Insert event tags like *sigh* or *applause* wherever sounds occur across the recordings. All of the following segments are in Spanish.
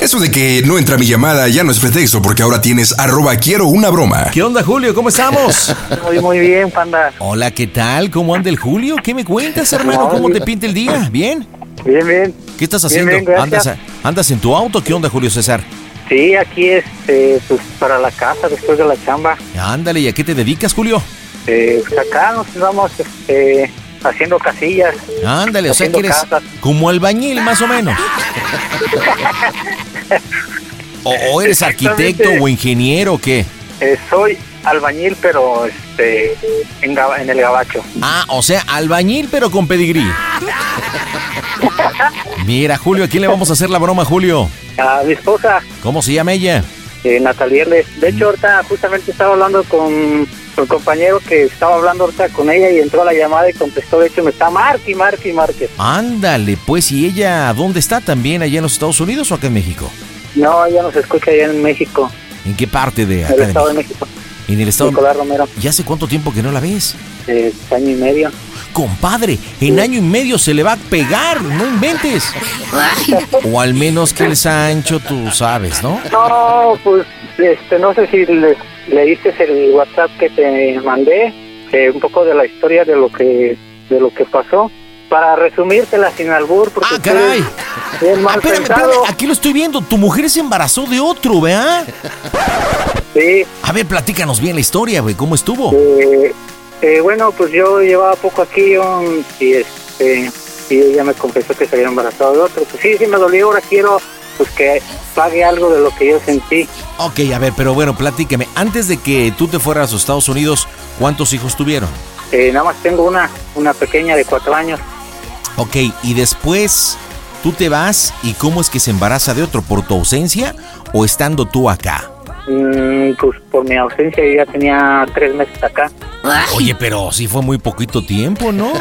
Eso de que no entra mi llamada ya no es pretexto porque ahora tienes arroba quiero una broma. ¿Qué onda, Julio? ¿Cómo estamos? Muy, muy bien, panda. Hola, ¿qué tal? ¿Cómo anda el Julio? ¿Qué me cuentas, hermano? ¿Cómo te pinta el día? ¿Bien? Bien, bien. ¿Qué estás Bien, haciendo? bien, gracias. ¿Andas, ¿Andas en tu auto? ¿Qué onda, Julio César? Sí, aquí este, pues para la casa después de la chamba. Ándale, ¿y a qué te dedicas, Julio? Eh, pues, acá nos vamos este, haciendo casillas. *laughs* Ándale, o sea que Haciendo eres casas. como albañil, más o menos. o, o eres arquitecto *laughs* Exactamente. o ingeniero o qué? Eh, soy albañil, pero este, en, gaba- en el gabacho. Ah, o sea, albañil pero con pedigrí. Mira, Julio, ¿a quién le vamos a hacer la broma, Julio? A mi esposa, ¿Cómo se llama ella? eh, Natalia Erles. De hecho, ahorita justamente estaba hablando con un compañero que estaba hablando ahorita con ella y entró la llamada y contestó. De hecho, me está marque, marque, marque. Ándale, pues, ¿y ella dónde está? ¿También allá en los Estados Unidos o acá en México? No, ella nos escucha allá en México, ¿En qué parte de en el acá de Estado de México? México. En el estado. Nicolás Romero, ¿Y hace cuánto tiempo que no la ves? eh, año y medio. Compadre, en año y medio se le va a pegar, no inventes. O al menos que el Sancho, tú sabes, ¿no? *laughs* No, pues este, no sé si le, leíste el WhatsApp que te mandé, eh, un poco de la historia de lo que de lo que pasó. Para resumírtela sin albur, porque ¡Ah, caray! eres bien Ah, mal espérame, pensado. espérame, aquí lo estoy viendo. Tu mujer se embarazó de otro, ¿verdad? Sí, A ver, platícanos bien la historia, güey. ¿Cómo estuvo? eh, eh, bueno, pues yo llevaba poco aquí um, y este y ella me confesó que se había embarazado de otro. Pues sí, sí me dolió, ahora quiero pues que pague algo de lo que yo sentí. Ok, a ver, pero bueno, platícame. Antes de que tú te fueras a los Estados Unidos, ¿cuántos hijos tuvieron? Eh, nada más tengo una, una pequeña de cuatro años. Ok, y después tú te vas y cómo es que se embaraza de otro, por tu ausencia o estando tú acá. Mm, pues por mi ausencia yo ya tenía tres meses acá. Oye, pero sí fue muy poquito tiempo, ¿no?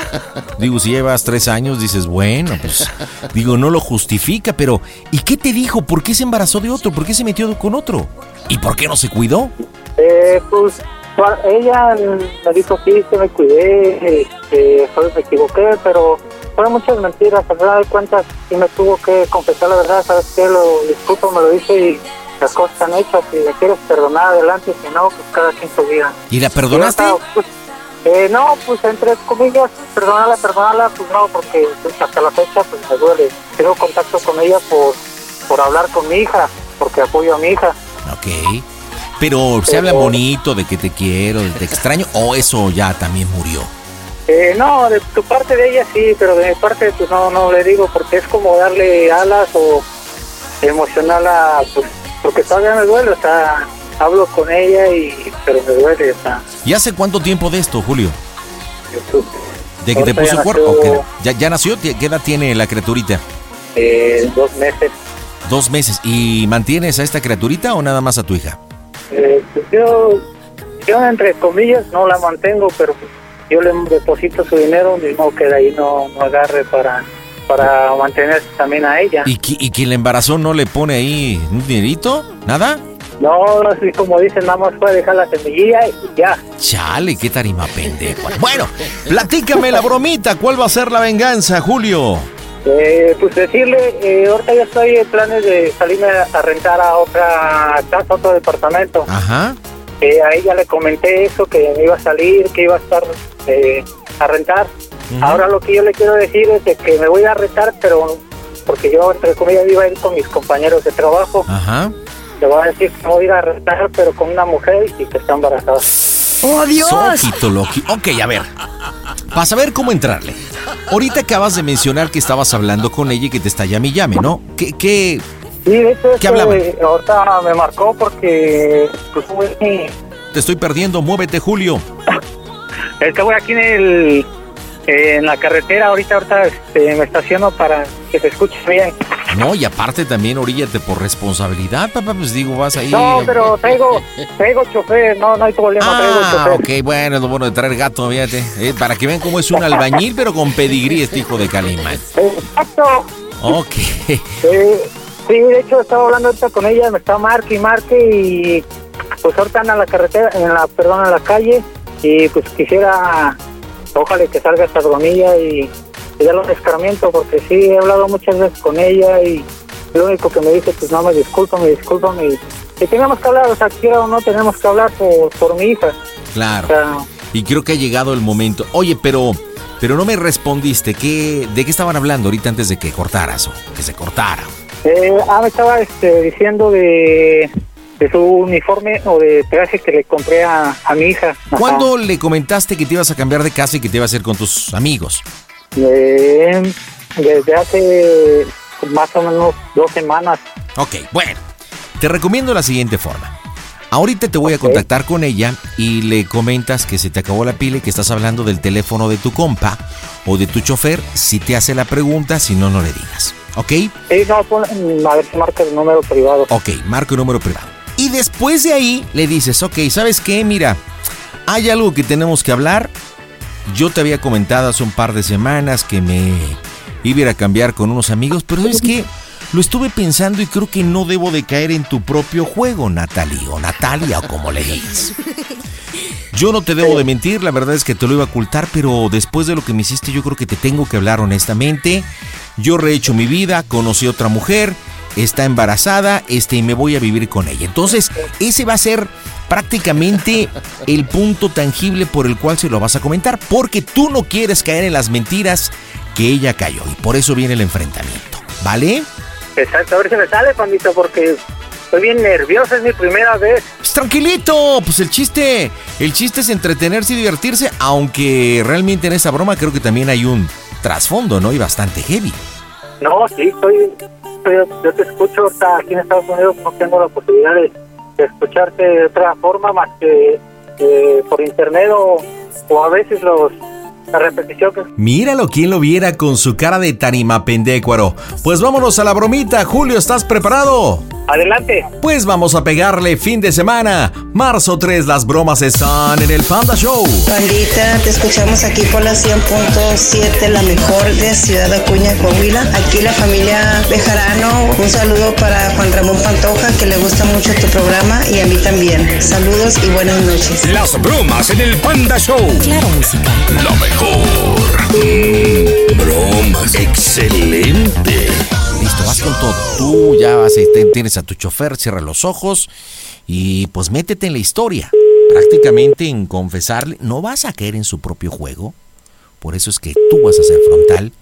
Digo, si llevas tres años, dices, bueno, pues digo, no lo justifica, pero ¿y qué te dijo? ¿Por qué se embarazó de otro? ¿Por qué se metió con otro? ¿Y por qué no se cuidó? Eh, pues pa- ella mm, me dijo sí, que me cuidé, este, solo me equivoqué, pero fueron muchas mentiras. Al final de cuentas sí me tuvo que confesar la verdad, sabes qué, lo disculpo, me lo dije y las cosas están hechas. Si me quieres perdonar, adelante, si no, pues cada quien su vida. ¿Y la perdonaste? Yo, pues, eh, no, pues entre comillas, perdonarla, perdonarla, pues no, porque pues, hasta la fecha pues me duele. Tengo contacto con ella por, por hablar con mi hija, porque apoyo a mi hija. Ok. Pero se habla bonito de que te quiero, de te extraño, o eso ya también murió. Eh, no, de tu parte de ella sí, pero de mi parte pues no, no le digo, porque es como darle alas o emocional a, pues, Porque todavía me duele, o sea, hablo con ella y pero me duele, o sea, ¿Y hace cuánto tiempo de esto, Julio? Jesús. ¿De que te Ahorita puso ya el cuerpo? nació, ¿O que ¿Ya, ya nació? ¿Qué qué edad tiene la criaturita? eh, dos meses. Dos meses. ¿Y mantienes a esta criaturita o nada más a tu hija? Eh, pues yo, yo entre comillas no la mantengo, pero yo le deposito su dinero, mismo que de ahí no, no agarre para, para mantenerse también a ella. ¿Y, qui- ¿Y quien la embarazó no le pone ahí un dinerito? ¿Nada? No, así como dicen, nada más fue dejar la semillilla y ya. Chale, qué tarima pendejo. Bueno, platícame la bromita. ¿Cuál va a ser la venganza, Julio? Eh, pues decirle, eh, ahorita ya estoy en planes de salirme a a rentar a otra casa, a otro departamento. Ajá. Eh, a ella le comenté eso, que me iba a salir, que iba a estar eh, a rentar. Ahora lo que yo le quiero decir es de que me voy a rentar, pero porque yo, entre comillas, iba a ir con mis compañeros de trabajo. Ajá. Le voy a decir que me voy a ir a rentar, pero con una mujer y que está embarazada. ¡Oh, Dios! Soquito loqui- Ok, a ver. Para saber cómo entrarle. Ahorita acabas de mencionar que estabas hablando con ella y que te está llame y llame, ¿no? ¿Qué, qué? Sí, de hecho, es ¿Qué hablaban? que ahorita me marcó porque pues, güey, Te estoy perdiendo. Muévete, Julio. Es que voy aquí en el eh, en la carretera ahorita ahorita este, me estaciono para que se escuche bien. No, y aparte también oríllate por responsabilidad, papá. Pues digo, vas ahí. No, pero *laughs* traigo traigo chofer, no no hay problema, Ah, traigo chofer. ok, bueno, es lo bueno de traer gato, fíjate. eh, para que vean cómo es un albañil, pero con pedigrí este hijo de Calimán. Exacto. Ok. *laughs* Eh, sí, de hecho estaba hablando ahorita con ella, me está marque y marque y pues ahorita anda en la carretera, en la perdón, en la calle y pues quisiera ojalá que salga esta bromilla y, y darle un escarmiento porque sí he hablado muchas veces con ella y lo único que me dice pues no me disculpa, me disculpa, me que tenemos que hablar, o sea, quiera o no tenemos que hablar por, por mi hija. O Claro. sea, Y creo que ha llegado el momento. Oye, pero pero no me respondiste. ¿Qué, ¿De qué estaban hablando ahorita antes de que cortaras o que se cortara? eh, ah, me estaba este, diciendo de, de su uniforme o de traje que le compré a, a mi hija. Ajá. ¿Cuándo le comentaste que te ibas a cambiar de casa y que te ibas a ir con tus amigos? Eh, desde hace más o menos dos semanas. Ok, bueno. Te recomiendo la siguiente forma. Ahorita te voy a contactar con ella y le comentas que se te acabó la pila y que estás hablando del teléfono de tu compa o de tu chofer. Si te hace la pregunta, si no, no le digas. ¿Ok? Sí, no, pon- a ver si marca el número privado. Ok, marco el número privado. Y después de ahí le dices, ok, ¿sabes qué? Mira, hay algo que tenemos que hablar. Yo te había comentado hace un par de semanas que me iba a ir a cambiar con unos amigos, pero ¿sabes qué? Lo estuve pensando y creo que no debo de caer en tu propio juego, Natalie, o Natalia, o como le digas. Yo no te debo de mentir, la verdad es que te lo iba a ocultar, pero después de lo que me hiciste yo creo que te tengo que hablar honestamente. Yo rehecho mi vida, conocí a otra mujer, está embarazada, este, y me voy a vivir con ella. Entonces, ese va a ser prácticamente el punto tangible por el cual se lo vas a comentar, porque tú no quieres caer en las mentiras que ella cayó, y por eso viene el enfrentamiento, ¿vale? Exacto, a ver si me sale, pandito, porque estoy bien nervioso, es mi primera vez. Pues, tranquilito, pues el chiste, el chiste es entretenerse y divertirse, aunque realmente en esta broma creo que también hay un trasfondo, ¿no? Y bastante heavy. No, sí, estoy, estoy- yo te escucho hasta aquí en Estados Unidos, no tengo la posibilidad de, de escucharte de otra forma más que eh, por internet o, o a veces los la repetición que Míralo quien lo viera con su cara de tarima pendécuaro. Pues vámonos a la bromita, Julio, ¿estás preparado? adelante Pues vamos a pegarle fin de semana. Marzo 3, las bromas están en el Panda Show. Bandita, te escuchamos aquí por la 100.7, la mejor de Ciudad Acuña, Coahuila. Aquí la familia Bejarano. Un saludo para Juan Ramón Pantoja, que le gusta mucho tu programa y a mí también. Saludos y buenas noches. Las bromas en el Panda Show. Claro, música. Lo mejor. Mm, bromas. Excelente. Listo, vas con todo. Tú ya vas, eh, te- tienes a tu chofer, cierra los ojos y pues métete en la historia. Prácticamente en confesarle, no vas a caer en su propio juego. Por eso es que tú vas a ser frontal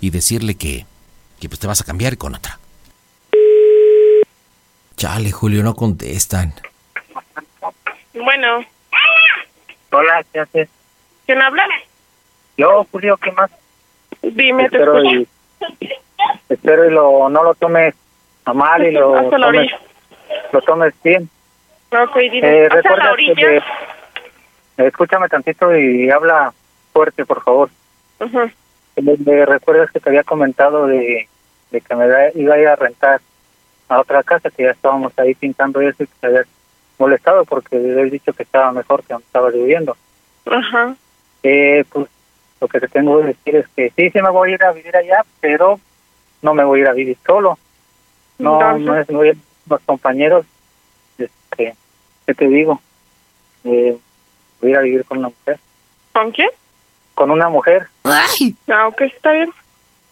y decirle que, que pues te vas a cambiar con otra. Chale, Julio, no contestan. Bueno, hola qué haces ¿quién habla? yo Julio qué más Dime, te espero escucho. y espero y lo no lo tomes a mal y lo *laughs* Hasta la tomes orilla. lo tomes bien. Ok, dime. Eh, ¿Vas a la recuerda que orilla? le- escúchame tantito y habla fuerte, por favor. Ujú. Me, me recuerdas que te había comentado de, de que me da- iba a ir a rentar a otra casa que ya estábamos ahí pintando eso y que te habías molestado porque habías dicho que estaba mejor que donde estabas viviendo. Ajá. Eh, pues lo que te tengo que decir es que sí, sí me voy a ir a vivir allá, pero no me voy a ir a vivir solo. No, Entonces. no es, no es- los compañeros, este, ¿qué te digo? Eh, voy a ir a vivir con una mujer. ¿Con quién? Con una mujer, Ah, ok, está bien.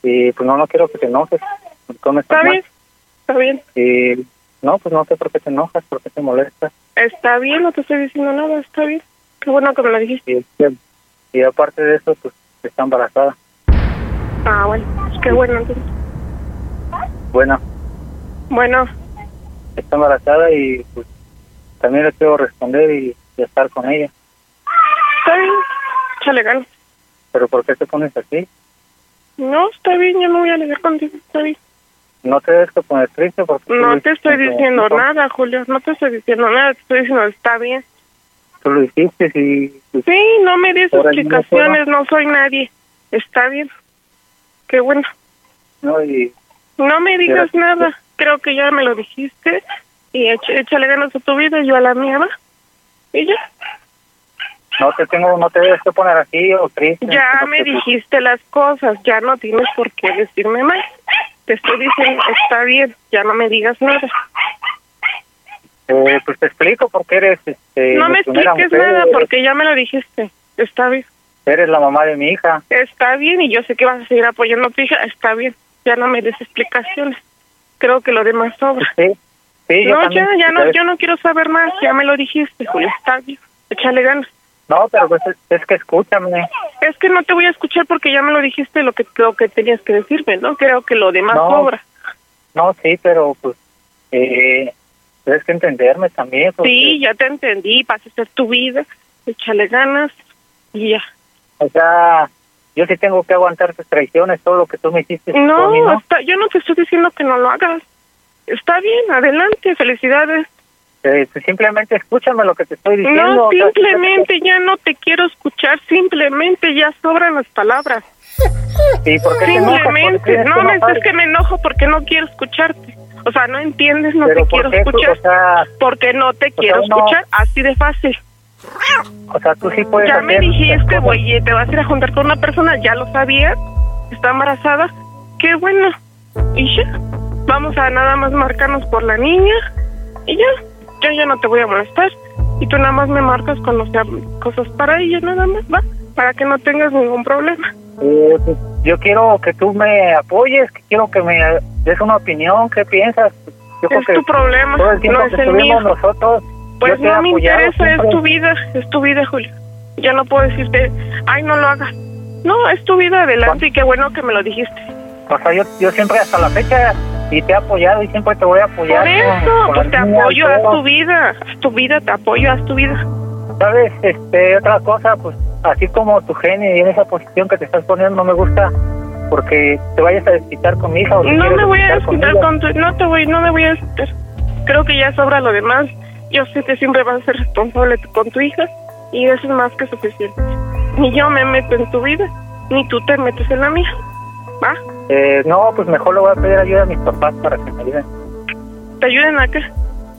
y pues no, no quiero que te enojes. me comes Está mal. bien. Está bien. Y no, pues no sé por qué te enojas, por qué te molestas. Está bien, no te estoy diciendo nada, está bien. Qué bueno que me lo dijiste. Y, y aparte de eso, pues está embarazada. Ah, bueno. pues Qué bueno, entonces. Bueno, Bueno, está embarazada y pues también le quiero responder y- y estar con ella. está bien. Chale ganas. ¿Pero por qué te pones así? No, está bien, yo me voy a alejar contigo, está bien. No te debes que poner triste porque... No tú te estoy lo hiciste, diciendo tú- nada, Julio. No te estoy diciendo nada, te estoy diciendo está bien. Tú lo hiciste y... pues, Sí, no me des Ahora yo no explicaciones, no soy nadie. Está bien. Qué bueno. ¿no? Y No me digas Gracias. nada. Creo que ya me lo dijiste. Y éch- échale ganas a tu vida, yo a la mía, ¿va? Y ya. no te tengo, no te debes que poner así o triste. Ya porque, me pues, dijiste las cosas, ya no tienes por qué decirme más. Te estoy diciendo, está bien, ya no me digas nada. eh, pues te explico por qué eres... Este, No mi me primera expliques mujer, nada eres- porque ya me lo dijiste. Está bien, Eres la mamá de mi hija. está bien y yo sé que vas a seguir apoyando a tu hija, está bien. Ya no me des explicaciones. Creo que lo demás sobra. Sí, sí, yo No, ya, también, ya no, ¿sabes? yo no quiero saber más, ya me lo dijiste, Julio, está bien. Échale ganas. No, pero pues, es, es que escúchame. Es que no te voy a escuchar porque ya me lo dijiste lo que lo que tenías que decirme, ¿no? Creo que lo demás No. sobra. No, sí, pero pues... Eh, tienes que entenderme también. porque, Sí, ya te entendí, vas a hacer tu vida, échale ganas y ya. O sea, yo sí tengo que aguantar tus traiciones, todo lo que tú me hiciste. tú a mí No, no. está- yo no te estoy diciendo que no lo hagas. Está bien, adelante, felicidades. Eh, pues, simplemente escúchame lo que te estoy diciendo. No, o sea, simplemente ya no te quiero escuchar, simplemente ya sobran las palabras. Sí, porque te enojas, ¿Por qué Simplemente, eres no me enojado? es que me enojo porque no quiero escucharte. O sea, no entiendes, no Pero te quiero ¿por qué? escuchar. O sea, porque no te quiero no. escuchar, así de fácil. o sea, tú sí puedes Ya hacer este me dijiste, muchas cosas. güey, te vas a ir a juntar con una persona, ya lo sabía, está embarazada, qué bueno. Y ya, vamos a nada más marcarnos por la niña y ya, yo ya no te voy a molestar. Y tú nada más me marcas cuando sea cosas para ella, nada más, va, para que no tengas ningún problema. Eh, pues, yo quiero que tú me apoyes, que quiero que me des una opinión, ¿qué piensas? Yo creo Es que tu problema, todo el tiempo no es que el mío. estuvimos nosotros, Pues yo te he no me apoyado interesa, es siempre. tu vida, es tu vida, Julio. Ya no puedo decirte, ay, no lo hagas. No, es tu vida adelante y qué bueno que me lo dijiste. O sea, yo, yo siempre hasta la fecha y te he apoyado y siempre te voy a apoyar. Por eso, con- con pues te la niña y apoyo, haz todo. tu vida, haz tu vida, te apoyo, haz tu vida. ¿Sabes? Este, otra cosa, pues así como tu genio y en esa posición que te estás poniendo no me gusta porque te vayas a desquitar con mi hija. O te No quieres me voy a desquitar desquitar ella. con tu, no te voy, no me voy a desquitar. Creo que ya sobra lo demás. Yo sé que siempre vas a ser responsable t- con tu hija y eso es más que suficiente. Ni yo me meto en tu vida, ni tú te metes en la mía. ¿Va? Eh, no, pues mejor le voy a pedir ayuda a mis papás para que me ayuden, ¿Te ayuden acá?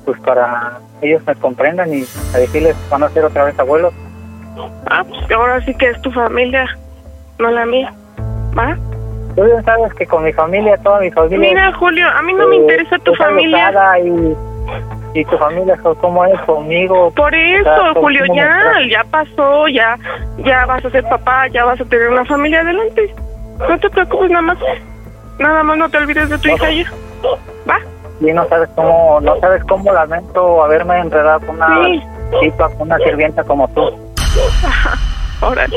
pues para ellos me comprendan y a decirles que van a ser otra vez abuelos. Ah, pues ahora sí que es tu familia, no la mía. ¿Va? Tú bien sabes que con mi familia, toda mi familia... Mira, Julio, a mí no me Pues eh, interesa tu es familia. alocada Y, y tu familia, ¿cómo es conmigo? Por O eso, sea, Ah, ¿cómo Julio, me ya, tratas? ya pasó, ya, ya vas a ser papá, ya vas a tener una familia adelante. No te preocupes, nada más, nada más no te olvides de tu hija ya. ¿Va? Y no sabes cómo, no sabes cómo lamento haberme enredado con una Sí. tipa, con una sirvienta como tú. Órale.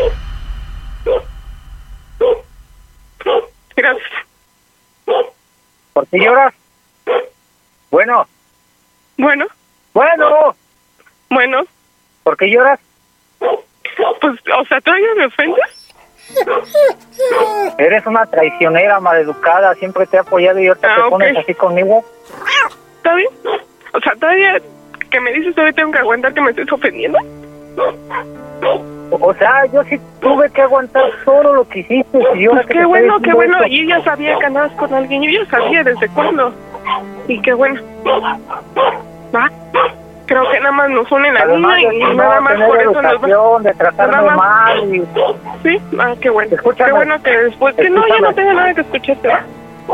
Gracias. ¿Por qué lloras? Bueno, Bueno, bueno, bueno, ¿por qué lloras? pues, o sea, todavía me ofendes. Eres una traicionera, maleducada, siempre te he apoyado y ahorita Ah, te pones ok. así conmigo. ¿Está bien? O sea, todavía que me dices todavía tengo que aguantar que me estés ofendiendo. O sea, yo sí tuve que aguantar todo lo que hiciste. Y Pues qué bueno, qué bueno. Yo ya sabía que andabas con alguien. Yo ya sabía desde cuándo. Y qué bueno. Va. Creo que nada más nos une la Además, niña y yo nada no más tener por eso nos va. educación, de tratarme nada más- mal y- Sí, ah, qué bueno. Escúchame. Qué bueno que después. Que no, ya no Escúchame. tengo nada que escucharte. ¿va?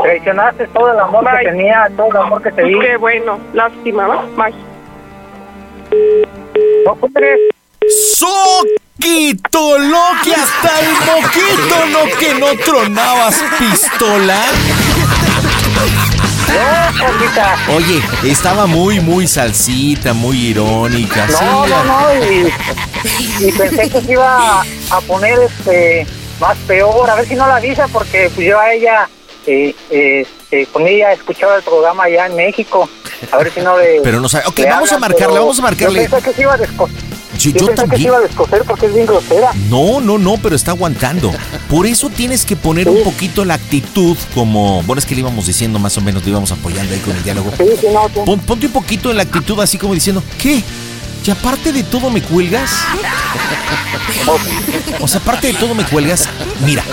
Traicionaste todo el amor Bye. que tenía, todo el amor que te Pues di. qué bueno. Lástima, ¿va? Bye. No, hombre, ¡Soquito, lo que hasta el moquito, no que no tronabas pistola! no, Carlita. Oye, estaba muy, muy salsita, muy irónica. sí, No, no, no, y, y pensé que se iba a poner este más peor, a ver si no la avisa, porque pues yo a ella, eh, eh, este, con ella escuchaba el programa allá en México, a ver si no le... Pero no sabe- ok, le vamos a marcarle, pero vamos a marcarle. Yo pensé que se iba a descoser, Sí, yo yo pensé que se también. iba a descoser porque es bien grosera. No, no, no, pero está aguantando. Por eso tienes que poner un poquito la actitud como... Bueno, es que le íbamos diciendo más o menos, le íbamos apoyando ahí con el diálogo. Sí, sí, no, tú- Pon- ponte un poquito en la actitud así como diciendo, ¿qué? ¿Y aparte de todo me cuelgas? O sea, aparte de todo me cuelgas, mira,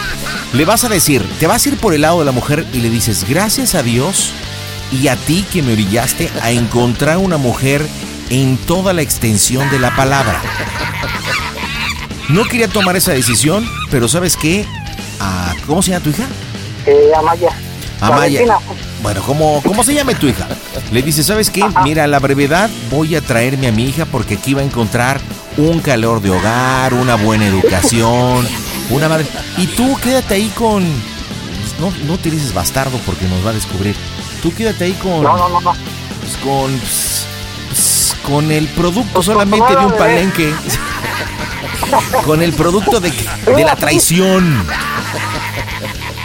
le vas a decir, te vas a ir por el lado de la mujer y le dices, gracias a Dios y a ti que me orillaste a encontrar una mujer en toda la extensión de la palabra. No quería tomar esa decisión, pero ¿sabes qué? Ah, ¿Cómo se llama tu hija? eh, Amaya. Amaya. Valentina. Bueno, ¿cómo, ¿cómo se llame tu hija? Le dice, ¿sabes qué? Mira, a la brevedad voy a traerme a mi hija porque aquí va a encontrar un calor de hogar, una buena educación, una madre... Y tú quédate ahí con... pues, No, no te dices bastardo porque nos va a descubrir. Tú quédate ahí con... No, no, no, no. pues, con... pues, pues, con el producto Pues, con solamente de toda un la bebé. palenque. con el producto de, de la traición.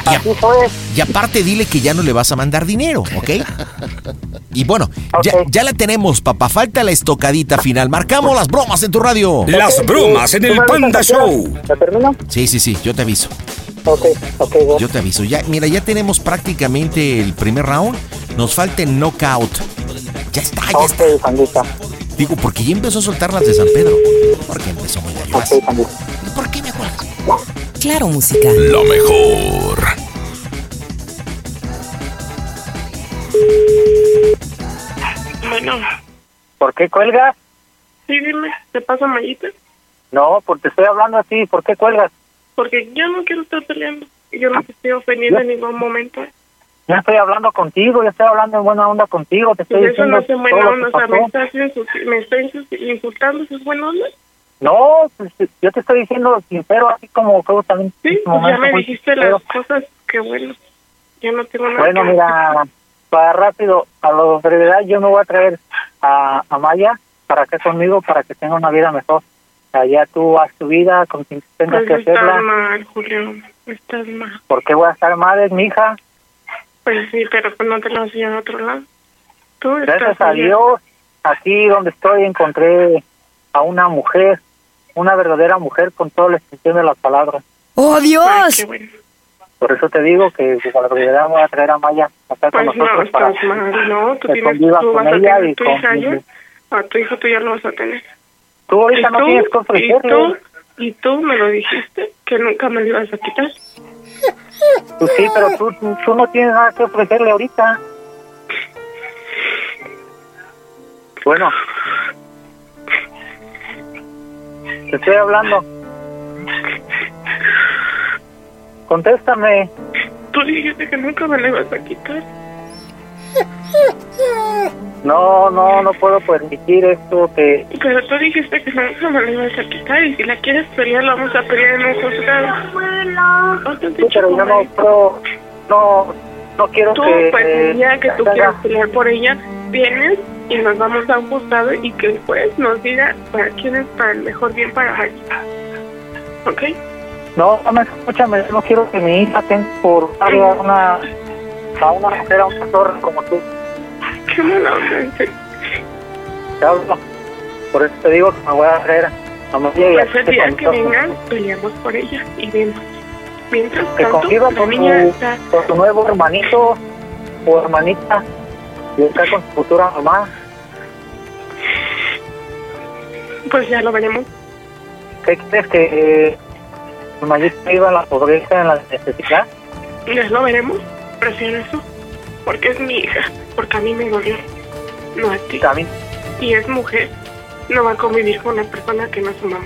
Y a- Así fue. y aparte dile que ya no le vas a mandar dinero, ¿ok? Y bueno, ya, Ok. ya la tenemos, papá. Falta la estocadita final. Marcamos las bromas en tu radio. Las bromas en el ¿Tú me Panda avisas a qué hora? Show. ¿La termino? Sí, sí, sí, yo te aviso. Ok, ok, bueno. Yo te aviso. Ya, mira, ya tenemos prácticamente el primer round. Nos falta el knockout. Ya está, ya está. Ok, pandita, Digo, porque ya empezó a soltar las de San Pedro. Porque empezó muy galloas. ok, pandita. ¿Por qué me cuelgas? Claro Música. Lo mejor. Bueno, ¿Por qué cuelgas? sí, dime. ¿Te pasa, Mayita? No, porque estoy hablando así, ¿por qué cuelgas? Porque yo no quiero estar peleando. Yo no te estoy ofendiendo en ningún momento. Ya estoy hablando contigo, ya estoy hablando en buena onda contigo, te estoy Y eso diciendo no es en buena todo lo onda. que O sea, me pasó. estás insu- me está insu- insultando. ¿Eso es buena onda? No, pues, yo te estoy diciendo sincero, así como creo también. en Sí, este pues ya momento me fui dijiste sincero. las cosas. que bueno. Yo no tengo nada Bueno, que *laughs* mira, para rápido, a la brevedad yo me voy a traer a, a Maya para acá conmigo, para que tenga una vida mejor. Allá tú haz tu vida, con quien tengas Pues que estás hacerla. mal, Julio. Estás mal. ¿Por qué voy a estar mal? Es mi hija. Pues sí, pero pues no te lo hacía en otro lado. Tú estás Gracias a mal. Dios, aquí donde estoy encontré a una mujer, una verdadera mujer con toda la extensión de las palabras. ¡Oh, Ay, qué Dios! bueno. Por eso te digo que con la realidad voy a traer a Maya acá Pues con no, nosotros para estás mal. No, tú, que tienes, conviva tú con vas a ella tener y tu con- hija yo. A tu hijo tú ya lo vas a tener. Tú ahorita y no tú, tienes cosa y que hacer, tú, y tú me lo dijiste, que nunca me lo ibas a quitar. Tú Pues sí, pero tú, tú, tú no tienes nada que ofrecerle ahorita. Bueno. Te estoy hablando. Contéstame. Tú dijiste que nunca me lo ibas a quitar. No, no, no puedo permitir esto que... Pero tú dijiste que nunca me lo ibas a quitar. Y si la quieres pelear, la vamos a pelear en un juzgado. No te han Sí, dicho pero yo cómo no es. puedo... No, no quiero Tú, que... pues el día que tú haga- quieras pelear por ella, vienes y nos vamos a un juzgado y que el juez nos diga para quién es para el mejor bien para Jaime. ¿Ok? No, no me escúchame, yo no quiero que mi hija tenga por darle a una, a una mujer, a un pastor como tú. Qué mala onda, en serio. Te hablo. Por eso te digo que me voy a traer a María y a Pues el ti día que con- vengan, peleamos por ella y vemos. Mientras que tanto, conviva la con niña tu, está... con tu nuevo hermanito o hermanita y está con tu futura mamá. Pues ya lo veremos. ¿Qué crees que eh, el mayor viva en la pobreza, en la necesidad? Ya lo veremos. Prefiero eso. Porque es mi hija. Porque a mí me dolió. No a ti. Y es mujer. No va a convivir con una persona que no es su mamá.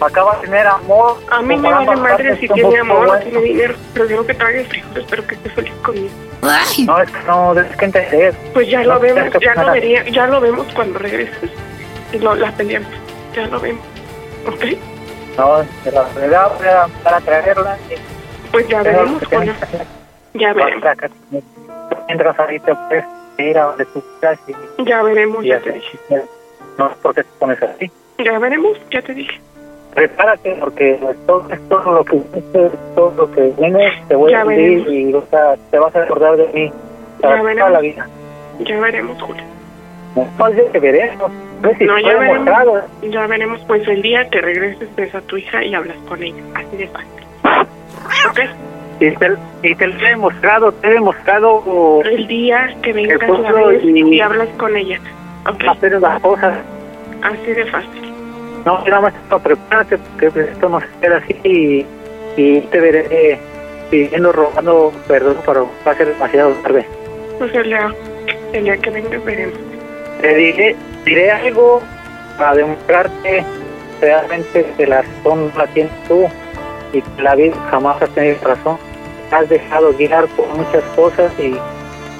Acaba de tener amor. A mí me Ojalá vale madre bastante si como tiene tú, amor o bueno. tiene dinero. Prefiero que traiga frijoles. Espero que esté feliz conmigo. No, es que no, es que entender. Pues ya lo No, vemos. es que Ya lo, nada. vería, ya lo vemos cuando regreses. Y lo, la peleamos. Ya lo vemos. ¿Ok? No, de la verdad voy a mandar a traerla. Pues ya veremos cuando... Ya veremos. Mientras ahí te puedes ir a donde tú quieras y Ya veremos. y Ya te así. dije. No es porque te pones así. Ya veremos. Ya te dije. Prepárate porque todo, todo lo que hiciste, todo lo que vienes, te voy Ya a pedir y o sea, te vas a acordar de mí para Ya toda la veremos. vida. Ya veremos, Julio. No es de que veremos. Pues si no, fue ya demostrado. veremos, ya veremos, pues el día que regreses ves a tu hija y hablas con ella, así de fácil. ¿Ok? Y te, y te lo he demostrado, te he demostrado o, El día que vengas El punto la ves y- y hablas con ella, ¿ok? hacer las cosas. Así de fácil. No, nada más no, prepárate porque pues, esto no se queda así y, y te veré pidiendo, rogando perdón, pero va a ser demasiado tarde. Pues el día, el día que vengas veremos. Te diré, diré algo para demostrarte realmente que la razón no la tienes tú y que la vida jamás has tenido razón. Te Has dejado guiar por muchas cosas y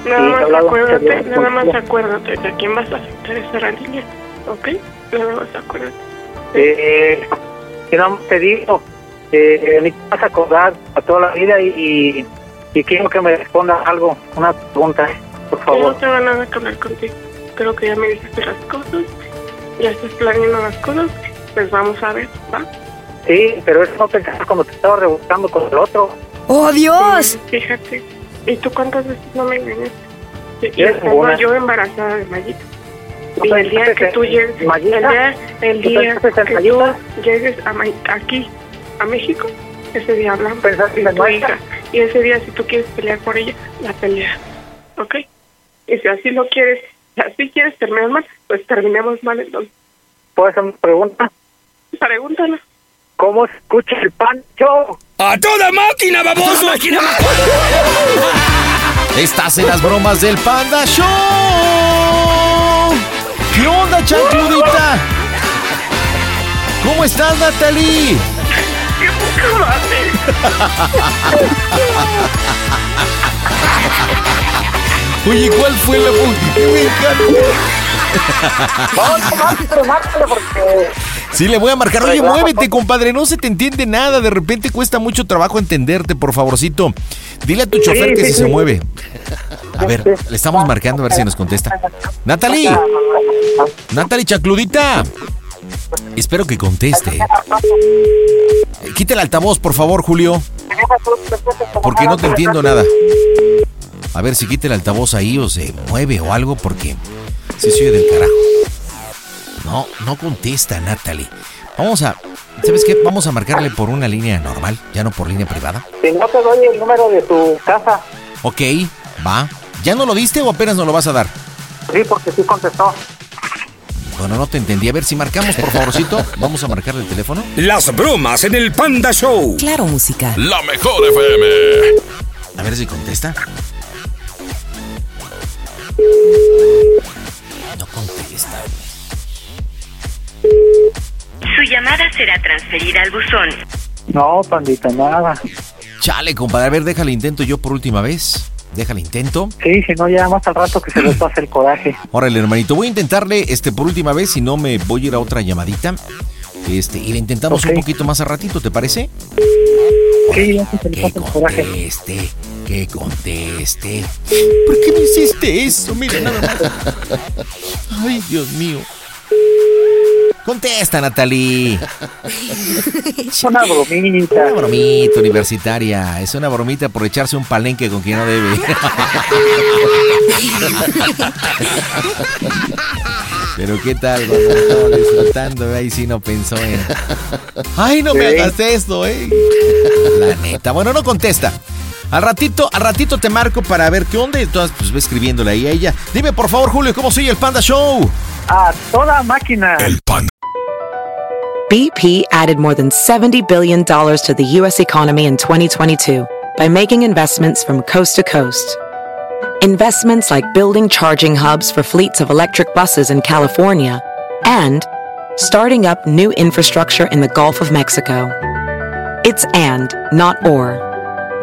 Nada más hablamos, acuérdate, hablamos, nada más Julio. acuérdate de a quién vas a aceptar esa la niña, ¿ok? Nada más acuérdate. eh, que no te digo, eh, me vas a acordar a toda la vida y, y, y quiero que me respondas algo, una pregunta, eh, por Yo no favor. tengo nada que hablar contigo. Creo que ya me dijiste las cosas, ya estás planeando las cosas, pues vamos a ver, ¿va? Sí, pero eso no pensaba cuando te estaba rebuscando con el otro. ¡Oh, Dios! Mm, Fíjate. ¿Y tú cuántas veces no me engañaste? Y- Y Eres estaba buena. yo embarazada de Mayita. Y ¿No el día pensaste que tú en llegues, el Mayita? día, el ¿Tú día pensaste en que tú Mayita? llegues a May- aquí, a México, ese día hablamos ¿Pensaste de en tu Mayita? hija. Y ese día, si tú quieres pelear por ella, la pelea. ¿Ok? Y si así lo quieres, si así quieres terminar mal, pues terminemos mal entonces. ¿Puedo hacer una pregunta? Pregúntala. ¿Cómo se escucha el pancho? ¡A toda máquina, baboso! Estás en las bromas del Panda Show. ¿Qué onda, chancludita? ¿Cómo estás, Natalie? *laughs* ¡Qué poca madre! Oye, ¿cuál fue la pu- Me encanta. No, mátalo, mátalo, porque *laughs* Sí, le voy a marcar. Oye, muévete, compadre. No se te entiende nada. De repente cuesta mucho trabajo entenderte, por favorcito. Dile a tu chofer que si se mueve. A ver, le estamos marcando a ver si nos contesta. Natalie. Natalie Chacludita. Espero que conteste. Quita el altavoz, por favor, Julio. Porque no te entiendo nada. A ver si quita el altavoz ahí o se mueve o algo porque se oye del carajo. No, no contesta, Natalie. Vamos a... ¿Sabes qué? Vamos a marcarle por una línea normal, ya no por línea privada. si no te doy el número de tu casa, Ok, va. ¿Ya no lo diste o apenas no lo vas a dar? sí, porque sí contestó. Bueno, no te entendí. A ver si marcamos, por favorcito. *laughs* Vamos a marcarle el teléfono. Las bromas en el Panda Show. Claro Música. La mejor FM. A ver si contesta. No contesta. Su llamada será transferida al buzón. No, pandita, nada. Chale, compadre. A ver, déjale intento yo por última vez. Déjale intento. Sí, si no, ya más al rato que se les pase el coraje. *laughs* Órale, hermanito, voy a intentarle este por última vez, si no me voy a ir a otra llamadita. Este, y le intentamos Ok. un poquito más a ratito, ¿te parece? Sí, ya que se les Que pase el coraje. conteste, que conteste. ¿Por qué me hiciste eso? Mira nada más. Ay, Dios mío. Contesta, Natalie. Es una bromita. Una bromita universitaria. Es una bromita por echarse un palenque con quien no debe. Pero qué tal, cuando estaba disfrutando, ahí sí no pensó en. Ay, no me Sí. hagas esto, eh. La neta. Bueno, no contesta. Al ratito, al ratito te marco para ver qué onda y todas pues ve escribiéndole ahí a ella. Dime por favor, Julio, ¿cómo sigue el Panda Show? A toda máquina. BP added more than $70 billion to the U.S. economy in 2022 by making investments from coast to coast. Investments like building charging hubs for fleets of electric buses in California and starting up new infrastructure in the Gulf of Mexico. It's and, not or.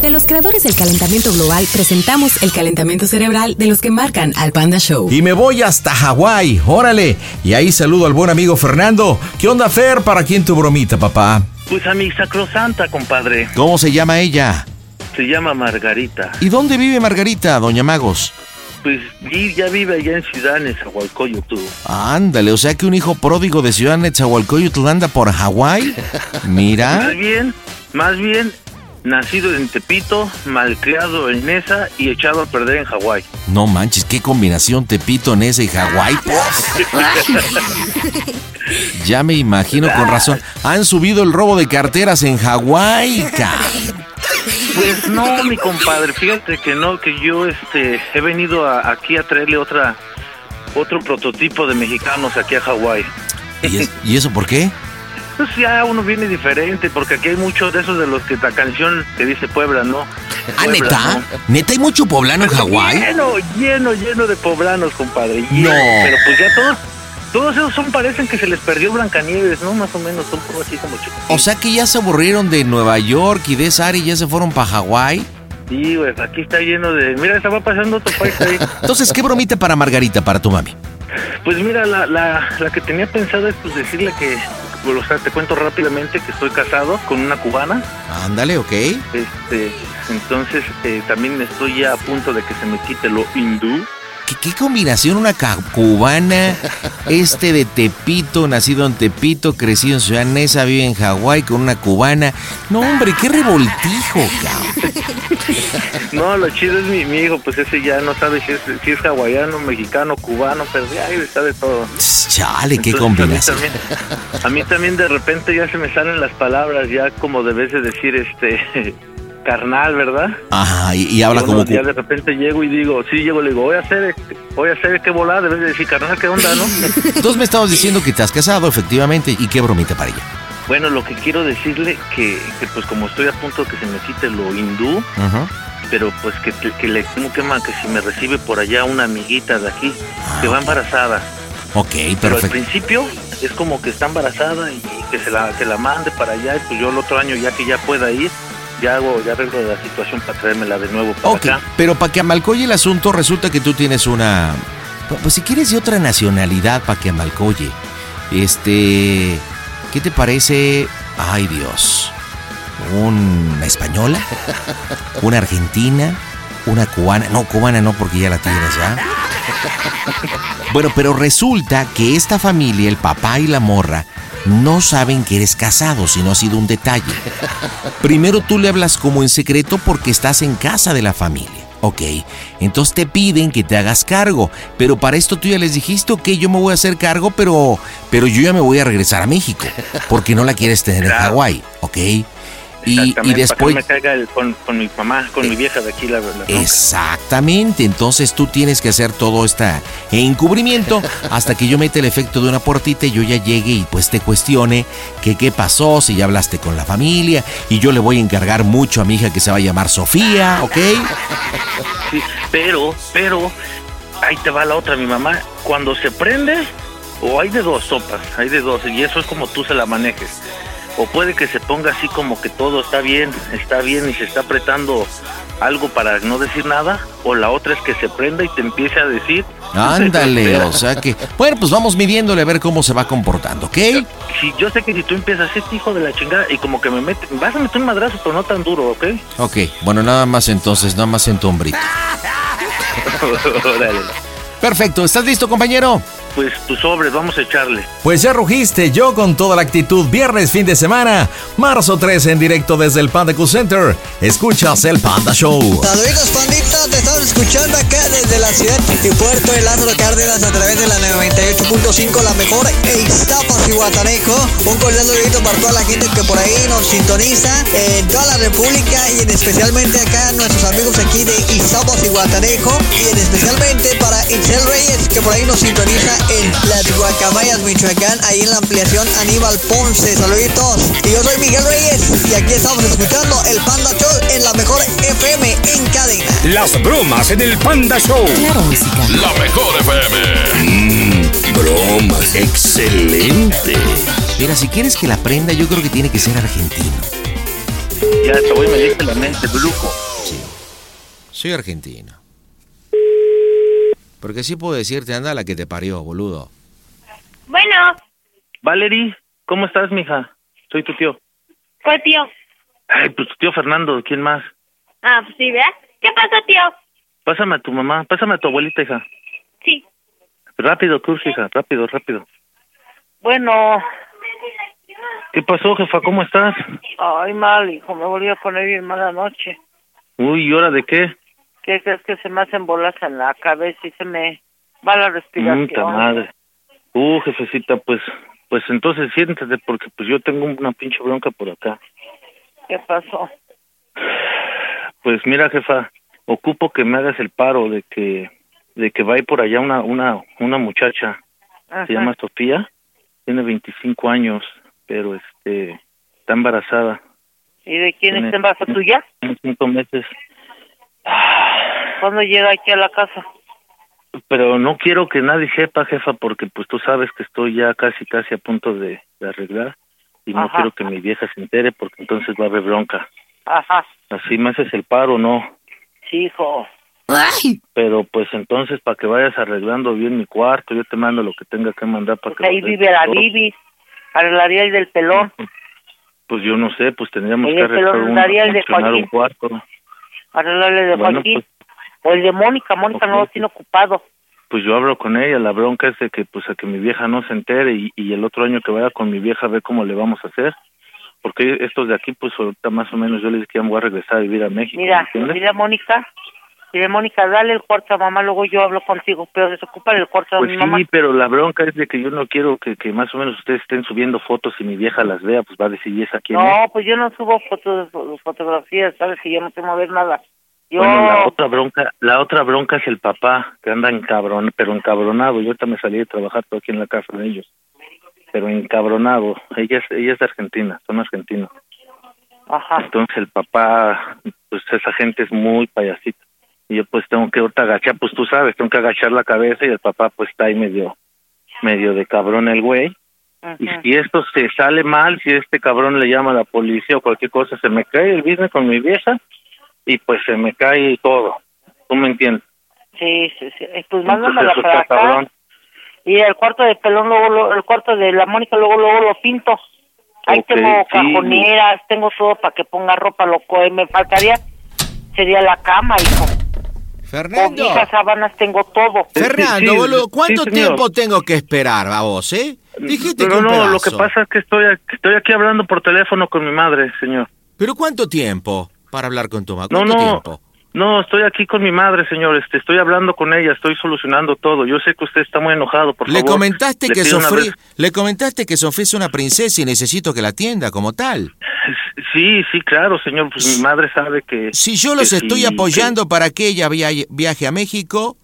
De los creadores del calentamiento global, presentamos el calentamiento cerebral de los que marcan al Panda Show. Y me voy hasta Hawái, órale. Y ahí saludo al buen amigo Fernando. ¿Qué onda, Fer? ¿Para quién tu bromita, papá? Pues a mi sacrosanta, compadre. ¿Cómo se llama ella? Se llama Margarita. ¿Y dónde vive Margarita, doña Magos? Pues vi- ya vive allá en Ciudad Nezahualcóyotl. tú. Ándale, o sea que un hijo pródigo de Ciudad Nezahualcóyotl anda por Hawái. Mira. Más bien, más bien, nacido en Tepito, malcriado en Nesa y echado a perder *laughs* en Hawái. No manches, qué combinación Tepito, Nesa y Hawái. Ya me imagino con razón. Han subido el robo de carteras en Hawái. ca- Pues no, mi compadre, fíjate que no, que yo este he venido a- aquí a traerle otra otro prototipo de mexicanos aquí a Hawái. ¿Y, es- ¿Y eso por qué? Pues ya uno viene diferente, porque aquí hay muchos de esos de los que la canción que dice Puebla, ¿no? ¿Ah, Puebla, neta? ¿no? ¿Neta hay mucho poblano en Hawái? Lleno, lleno, lleno de poblanos, compadre. lleno. No. Pero pues ya todos, todos esos son, parecen que se les perdió Blancanieves, ¿no? Más o menos, son como así como chicos. O sea que ya se aburrieron de Nueva York y de esa área y ya se fueron para Hawái. Sí, güey, aquí está lleno de... Mira, se va pasando otro país ahí. *laughs* Entonces, ¿qué bromita para Margarita, para tu mami? Pues mira, la, la, la que tenía pensada es pues decirle que... bueno, O sea, te cuento rápidamente que estoy casado con una cubana. Ándale, ok. Este, entonces eh, también estoy ya a punto de que se me quite lo *laughs* hindú. ¿Qué, qué combinación una ca- cubana, este de Tepito, nacido en Tepito, crecido en Ciudad Neza, vive en Hawái con una cubana. No, hombre, qué revoltijo, cabrón. No, lo chido es mi, mi hijo, pues ese ya no sabe si es, si es hawaiano, mexicano, cubano, pero ay, está de todo. Chale, qué Entonces, combinación. A mí, también, a mí también de repente ya se me salen las palabras, ya como debes de decir este *laughs* carnal, ¿verdad? Ajá, y, y habla Yo como no, Ya cu- de repente llego y digo, sí, llego y le digo, voy a hacer, voy a hacer qué volada, debes de decir carnal, ¿qué *laughs* onda, no? Entonces me estabas diciendo que te has casado, efectivamente, y qué bromita para ella. bueno, lo que quiero decirle que, que pues como estoy a punto de que se me quite lo hindú, Ajá. pero pues que, que le como que, ma- que si me recibe por allá una amiguita de aquí que va embarazada. Ok, Pero al perfecto. principio es como que está embarazada y que se la, que la mande para allá y pues yo el otro año ya que ya pueda ir, ya hago, ya arreglo la situación para traérmela de nuevo para Ok, acá. pero para que amalcoye el asunto, resulta que tú tienes una. pu- Pues si quieres de otra nacionalidad para que amalcoye. Este. ¿Qué te parece? Ay, Dios. ¿Una española? ¿Una argentina? ¿Una cubana? No, cubana no, porque ya la tienes, ¿ya? Bueno, pero resulta que esta familia, el papá y la morra, no saben que eres casado, si no ha sido un detalle. Primero tú le hablas como en secreto porque estás en casa de la familia. Ok, entonces te piden que te hagas cargo, pero para esto tú ya les dijiste, ok, yo me voy a hacer cargo, pero, pero yo ya me voy a regresar a México, porque no la quieres tener en Hawái, ok. Y, y Exactamente, después... Eh, Para que no me caiga el- con, con mi mamá, con mi vieja de aquí, la verdad. Exactamente, entonces tú tienes que hacer todo este encubrimiento hasta que yo meta el efecto de una puertita y yo ya llegue y pues te cuestione que qué pasó, si ya hablaste con la familia y yo le voy a encargar mucho a mi hija que se va a llamar Sofía, ¿ok? Sí, pero, pero, ahí te va la otra, mi mamá. Cuando se prende, o hay de dos sopas, hay de dos, y eso es como tú se la manejes. O puede que se ponga así como que todo está bien, está bien y se está apretando algo para no decir nada, o la otra es que se prenda y te empiece a decir. Ándale, o sea que... Bueno, pues vamos midiéndole a ver cómo se va comportando, ¿ok? Si yo sé que si tú empiezas a hijo de la chingada y como que me mete, vas a meter un madrazo, pero no tan duro, ¿ok? *laughs* Ok, bueno, nada más entonces, nada más en tu hombrito. Órale. Perfecto, ¿estás listo compañero? Pues tus sobres, vamos a echarle. Pues ya rugiste yo con toda la actitud viernes fin de semana, marzo 3 en directo desde el Panda Q Center. Escuchas el Panda Show. Saludos, pandita. Te estamos escuchando acá desde la ciudad y puerto de Lázaro Cárdenas a través de la 98.5, la mejor e Iztapas y Guatanejo. Un cordial saludo para toda la gente que por ahí nos sintoniza eh, en toda la República y en especialmente acá nuestros amigos aquí de Iztapas y Guatanejo y en especialmente para Itzel Reyes que por ahí nos sintoniza en las Guacamayas, Michoacán, ahí en la ampliación Aníbal Ponce. Saluditos. Y yo soy Miguel Reyes y aquí estamos escuchando el Panda Show en la mejor FM en cadena. Las bromas en el Panda Show. Claro, música. La mejor FM. bromas, excelente. Mira, si quieres que la prenda, yo creo que tiene que ser argentino. Ya te voy, me diste la mente, brujo. Soy argentino. Porque sí puedo decirte, anda la que te parió, boludo. Bueno, Valerie, ¿cómo estás, mija? Soy tu tío. ¿cuál tío? Ay, pues tu tío Fernando, ¿quién más? Ah, pues sí, ¿verdad? ¿Qué pasa, tío? Pásame a tu mamá, pásame a tu abuelita, hija. Sí. Rápido, tú, hija, rápido, rápido. Bueno, ¿Qué pasó, jefa? ¿Cómo estás? ay, mal, hijo, me volví a poner bien mala noche. Uy, ¿y hora de qué? ¿Qué crees que se me hacen bolas en la cabeza y se me va la respiración? Puta madre. Uh, jefecita, pues, pues entonces siéntate porque pues yo tengo una pinche bronca por acá. ¿Qué pasó? Pues mira, jefa, ocupo que me hagas el paro de que de que va a ir por allá una una una muchacha, Ajá. se llama Sofía, tiene 25 años, pero este está embarazada. ¿Y de quién Tiene- está en base tuya? Tiene cinco meses, ¿Cuándo llega aquí a la casa? pero no quiero que nadie sepa, jefa, porque pues tú sabes que estoy ya casi casi a punto de, de arreglar y no Ajá. quiero que mi vieja se entere porque entonces va a haber bronca. Ajá, Así me haces el paro, ¿no? sí, hijo. Pero pues entonces para que vayas arreglando bien mi cuarto, yo te mando lo que tenga que mandar para que... Pues Ahí lo vive la arregles todo. Bibi, arreglaría el del *laughs* pelón, Pues yo no sé, pues tendríamos Oye, que pero arreglar un, daría el de funcionar Joaquín. un cuarto. arreglarle el de Bueno, Joaquín. O el de Mónica, Mónica no lo tiene ocupado. Pues yo hablo con ella, la bronca es de que pues a que mi vieja no se entere y, y el otro año que vaya con mi vieja a ver cómo le vamos a hacer. Porque estos de aquí, pues ahorita más o menos yo les dije que ya me voy a regresar a vivir a México. Mira, ¿me entiendes? dile a Mónica, dile a Mónica, dale el cuarto a mamá, luego yo hablo contigo, pero desocupa el cuarto a Pues mi sí, mamá. pero la bronca es de que yo no quiero que, que más o menos ustedes estén subiendo fotos y mi vieja las vea, pues va a decir, ¿y esa quién es? No, pues yo no subo fotos, fotografías, sabes que yo no sé mover nada. Yo, Bueno, la otra bronca, la otra bronca es el papá, que anda encabron, pero encabronado. Yo ahorita me salí de trabajar todo aquí en la casa de ellos. Pero encabronado. Ella es, ella es de Argentina, son argentinos. ajá, Entonces el papá, pues esa gente es muy payasita. Y yo pues tengo que ahorita agachar, pues tú sabes, tengo que agachar la cabeza y el papá pues está ahí medio, medio de cabrón el güey. Y si esto se sale mal, si este cabrón le llama a la policía o cualquier cosa, se me cae el business con mi vieja y pues se me cae todo. ¿Tú me entiendes? sí, sí, sí. Eh, Pues Entonces, mándamela pues, para está cabrón. acá. Y el cuarto de pelón, luego, lo- el cuarto de la Mónica, luego, luego lo pinto. Ahí Ok, tengo sí. cajoneras, tengo todo para que ponga ropa, loco. Y me faltaría, sería la cama, hijo. Fernando. Cobijas, sábanas, tengo todo. Fernando, boludo, ¿cuánto sí, señor. tiempo tengo que esperar a vos, eh? Dijiste que Pero un no, lo pedazo. que pasa es que estoy, a- estoy aquí hablando por teléfono con mi madre, señor. ¿Pero cuánto tiempo para hablar con tu mamá? No, ¿Cuánto no. tiempo? No, estoy aquí con mi madre, señor. Este, estoy hablando con ella, estoy solucionando todo. Yo sé que usted está muy enojado, por Le favor. comentaste, le que pido una Sofri- vez- *laughs* le comentaste que Sofía es una princesa y necesito que la atienda como tal. Sí, sí, claro, señor. Pues mi madre sabe que. Si yo los estoy apoyando para que ella via- viaje a México,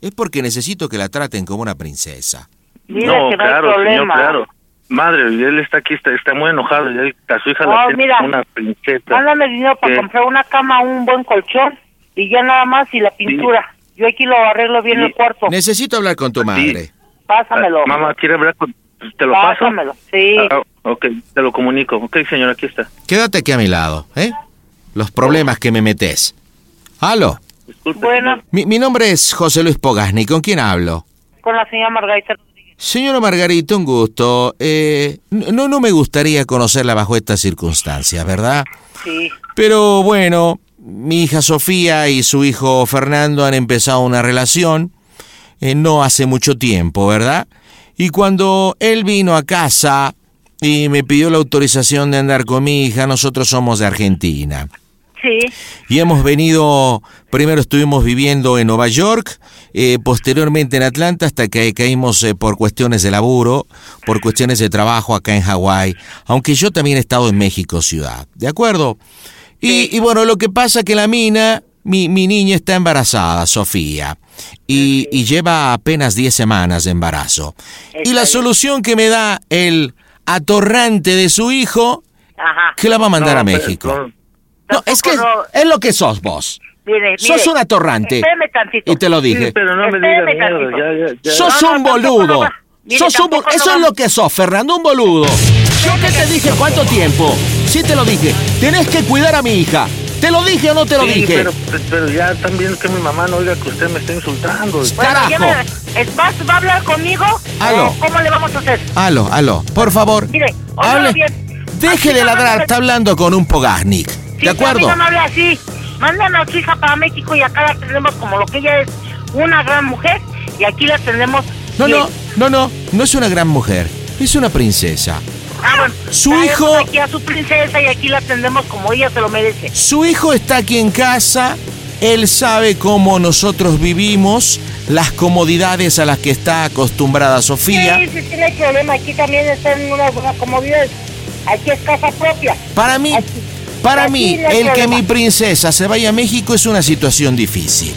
es porque necesito que la traten como una princesa. Mira no, que no hay claro, señor, problema. claro. Madre, él está aquí, está, está muy enojado. y él- a su hija Oh, la tiene mira. como una princesa. Mándame dinero para ¿Qué? comprar una cama, un buen colchón y ya nada más y la pintura. Yo aquí lo arreglo bien el cuarto. Necesito hablar con tu madre. Pásamelo. Ah, Mamá, ¿quiere hablar con.? ¿Te lo Pásamelo. paso? Sí. Ah, ok, te lo comunico. Ok, señor, aquí está. Quédate aquí a mi lado, ¿eh? Los problemas que me metes. Aló. Bueno, Mi, mi nombre es José Luis Pogasni. ¿Con quién hablo? con la señora Margarita. Señora Margarita, un gusto. Eh, no, no me gustaría conocerla bajo estas circunstancias, ¿verdad? Sí. Pero bueno, mi hija Sofía y su hijo Fernando han empezado una relación eh, no hace mucho tiempo, ¿verdad? Y cuando él vino a casa y me pidió la autorización de andar con mi hija, nosotros somos de Argentina. Sí. Y hemos venido, primero estuvimos viviendo en Nueva York, eh, posteriormente en Atlanta, hasta que caímos eh, por cuestiones de laburo, por cuestiones de trabajo acá en Hawái, aunque yo también he estado en México ciudad, ¿de acuerdo? Y, y bueno, lo que pasa que la mina, mi, mi niña está embarazada, Sofía, y, y lleva apenas 10 semanas de embarazo. Y la solución que me da el atorrante de su hijo, Ajá. que la va a mandar No, a pero- México. No, es que es, es lo que sos vos. Mire, Eh, mire. Sos un atorrante. Espéreme tantito. Y te lo dije. Sí, pero no me diga Espéreme mierda, tantito. ya, ya, ya. Sos un tampoco boludo. no va- mire, Sos un bo- tampoco no Eso es va- lo que sos, Fernando, un boludo. Yo que te dije cuánto tiempo. Sí te lo dije. Tenés que cuidar a mi hija. ¿Te lo dije o no te lo Sí, dije? Pero, pero ya también que mi mamá no oiga que usted me está insultando. Pues, Bueno, ya me- ¿Es más, va a hablar conmigo? Aló. ¿O ¿Cómo le vamos a hacer? Aló, aló, por favor. Mire, Hable. hable bien. Deje de ladrar, me- está hablando con un Pogasnik. Sí, ¿De acuerdo? a mí no me habla así. Mándame a su hija para México y acá la tenemos como lo que ella es, una gran mujer, y aquí la tenemos. No, bien. no, no, no. No es una gran mujer. Es una princesa. Ah, bueno, Su traemos hijo- Aquí a su princesa y aquí la atendemos como ella se lo merece. Su hijo está aquí en casa, él sabe cómo nosotros vivimos, las comodidades a las que está acostumbrada Sofía. Sí, sí, sí, no hay problema. Aquí también están unas buenas comodidades. Aquí es casa propia. Para mí, para Aquí mí, no hay el que problema. mi princesa se vaya a México es una situación difícil.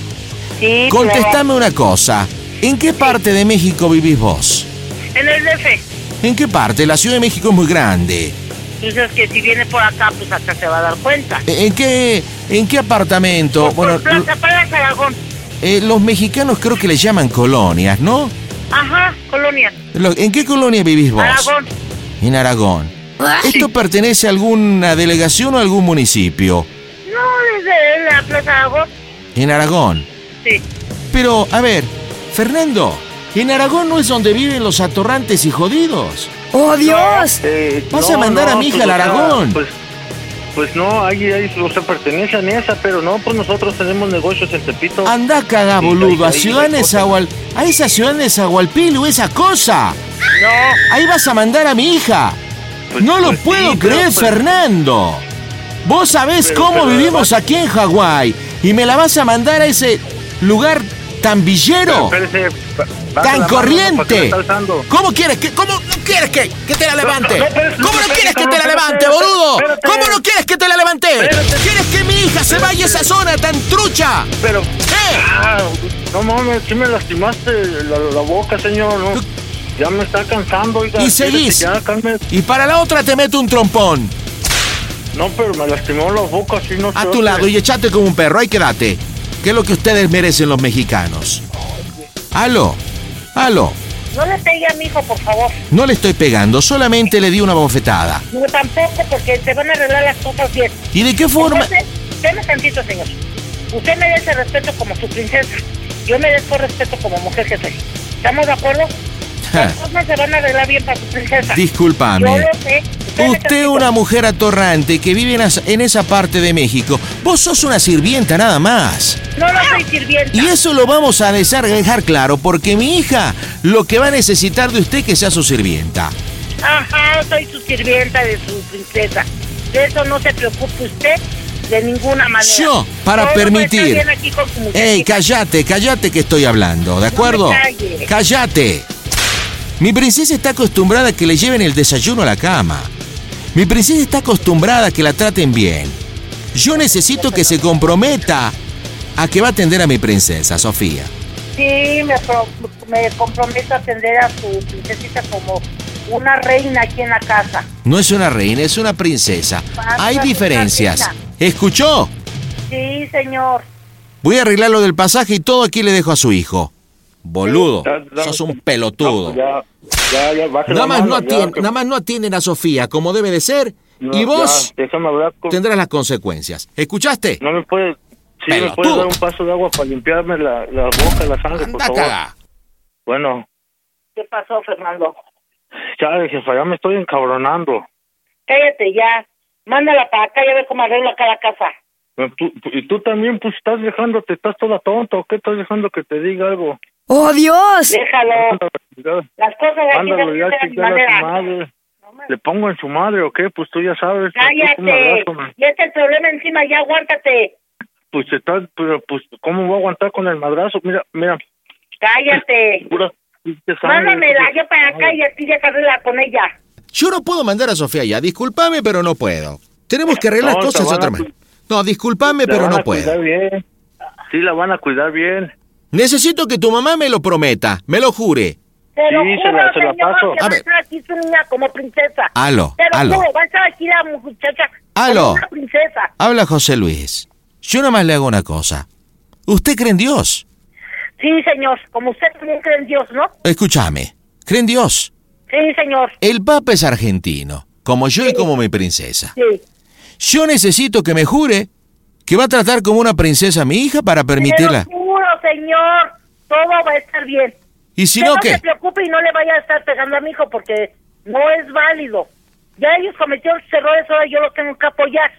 Sí, pues, Contestame una cosa, ¿en qué parte de México vivís vos? En el DF. ¿En qué parte? La Ciudad de México es muy grande. Dices que si viene por acá, pues acá se va a dar cuenta. ¿E, ¿En qué, en qué apartamento? Bueno, Plaza Palacio Aragón. eh, los mexicanos creo que le llaman colonias, ¿no? Ajá, colonia. Lo- ¿En qué colonia vivís vos? Aragón. En Aragón. ¿Esto pertenece a alguna delegación o a algún municipio? No, desde la Plaza Aragón. En Aragón. Sí. Pero, a ver, Fernando, en Aragón no es donde viven los atorrantes y jodidos. ¡Oh, Dios! Vas a mandar a mi hija Eh, pues, al o sea, Aragón. Pues, pues no, ahí, ahí, o sea, pertenece a esa, pero no, pues nosotros tenemos negocios en Tepito. Andá cagá, Sí, boludo, a ahí, ahí, Ciudad ahí, Nezahual... A esa Ciudad Nezahualpilo, esa cosa. No. Ahí vas a mandar a mi hija. no lo pues puedo sí, pero, creer, pues- Fernando. Vos sabés Pero- cómo pero- vivimos aquí en Hawái y me la vas a mandar a ese lugar tan villero. Pero espérese, ba- baja Tan la mano, ¿para qué la corriente. está alzando? ¿Cómo quieres que cómo no quieres que, que te la levante? no, pero- ¿Cómo no espérate, quieres que te la espérate, levante, espérate, boludo? espérate. ¿Cómo no quieres que te la levante? ¿Quieres que mi hija se vaya a esa zona tan trucha? Pero ¿Eh? Ah, no mames, sí me lastimaste la, la boca, señor. no. Ya me está cansando, oiga. Y espérese, seguís. ya, calme. Y para la otra te meto un trompón No, pero me lastimó la boca, así no a se tu hace. lado y echate como un perro, ahí quédate. Que es lo que ustedes merecen los mexicanos. Aló, aló, No le pegue a mi hijo, por favor. no le estoy pegando, solamente le di una bofetada. No, tampoco, porque se van a arreglar las cosas bien. ¿Y de qué forma? Entonces, deme tantito, señor. Usted merece respeto como su princesa. Yo merezco respeto como mujer que soy. ¿Estamos de acuerdo? Ja, Las cosas se van a arreglar bien para su princesa. Yo Discúlpame. lo sé. Deme Usted es tantito. una mujer atorrante que vive en as- en esa parte de México. Vos sos una sirvienta nada más. No lo soy sirvienta. Y eso lo vamos a desar- dejar claro porque mi hija lo que va a necesitar de usted es que sea su sirvienta. Ajá, soy su sirvienta de su princesa. De eso no se preocupe usted. de ninguna manera. Yo, para Todo permitir. está bien aquí con su muchachita. Ey, cállate, cállate que estoy hablando, ¿de acuerdo? calles. cállate. Mi princesa está acostumbrada a que le lleven el desayuno a la cama. Mi princesa está acostumbrada a que la traten bien. Yo necesito que se comprometa a que va a atender a mi princesa, Sofía. Sí, me, pro- me comprometo a atender a su princesita como una reina aquí en la casa. No es una reina, es una princesa. Basta Hay de diferencias. una reina. ¿Escuchó? Sí, señor. Voy a arreglar lo del pasaje y todo aquí le dejo a su hijo. Boludo, sos un pelotudo. Ya, ya, bájale Nada la más, no mano, ya, atien- que- nada más no atienden a Sofía como debe de ser No, y vos ya, déjame hablar con- tendrás las consecuencias. ¿Escuchaste? No me puedes... Sí, me puedes dar Pelotudo. un paso de agua para limpiarme la, la boca, la sangre, por Anda a favor. cagar. Bueno, ¿Qué pasó, Fernando? ya, jefa, ya me estoy encabronando. Cállate ya. Mándala para acá y a ver cómo arreglo acá la casa. Me- tú- tú- y tú también, pues, estás dejándote, estás toda tonta, ¿o qué estás dejando que te diga algo? ¡Oh, Dios! Déjalo. Las cosas aquí Ándalo, se ya, hacen de chingale a manera. su madre. ¿Le pongo en su madre o qué? Pues tú ya sabes. pues, tú me Cállate. abrazo, me- Ya está el problema encima, ya aguántate. Pues estás, pero pues, ¿cómo voy a aguantar con el madrazo? Mira, mira, Cállate. pura pinche sangre. Mándamela yo para acá y así ya se arregla con ella. Yo no puedo mandar a Sofía ya. Disculpame, pero no puedo. Tenemos que arreglar No, te cosas de van otra a- manera. No, disculpame, La pero van a no cuidar puedo. bien. Sí, la van a cuidar bien. Necesito que tu mamá me lo prometa, me lo jure. Te lo Sí, se juro, la- se la señor, paso. que A va a ver. estar aquí su niña como princesa. Aló, Te lo aló. juro, va a estar aquí la muchacha Aló. como una princesa. Habla José Luis. Yo nada más le hago una cosa. ¿Usted cree en Dios? Sí, señor, como usted también cree en Dios, ¿no? Escúchame. ¿Cree en Dios? Sí, señor. El Papa es argentino, como yo y como mi princesa. Sí. Yo necesito que me jure que va a tratar como una princesa a mi hija para permitirla. Te lo juro, señor, todo va a estar bien. Y si Que no, no ¿qué? se preocupe y no le vaya a estar pegando a mi hijo porque no es válido. Ya ellos cometieron sus errores, ahora yo los tengo que apoyar.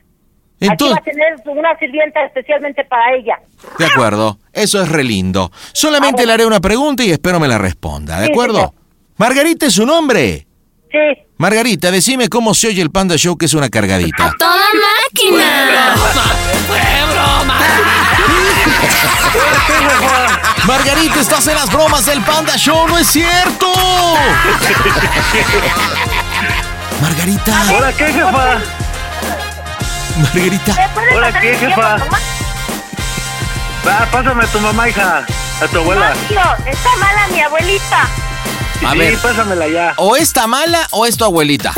Entonces- Aquí va a tener una sirvienta especialmente para ella. De acuerdo, eso es re lindo. Solamente le haré una pregunta y espero me la responda, ¿de Sí, acuerdo? señor. Margarita es su nombre. Sí. Margarita, decime cómo se oye el Panda Show que es una cargadita. ¡Toda máquina! *laughs* Margarita, estás en las bromas del Panda Show, ¿no es *laughs* cierto? Margarita. ¿Ahora qué, jefa? Margarita. ¿Ahora qué, jefa? Va, pásame a tu mamá, hija. A tu abuela. tío, está mala mi abuelita. A sí, ver. pásamela ya. O es ta mala o es tu abuelita.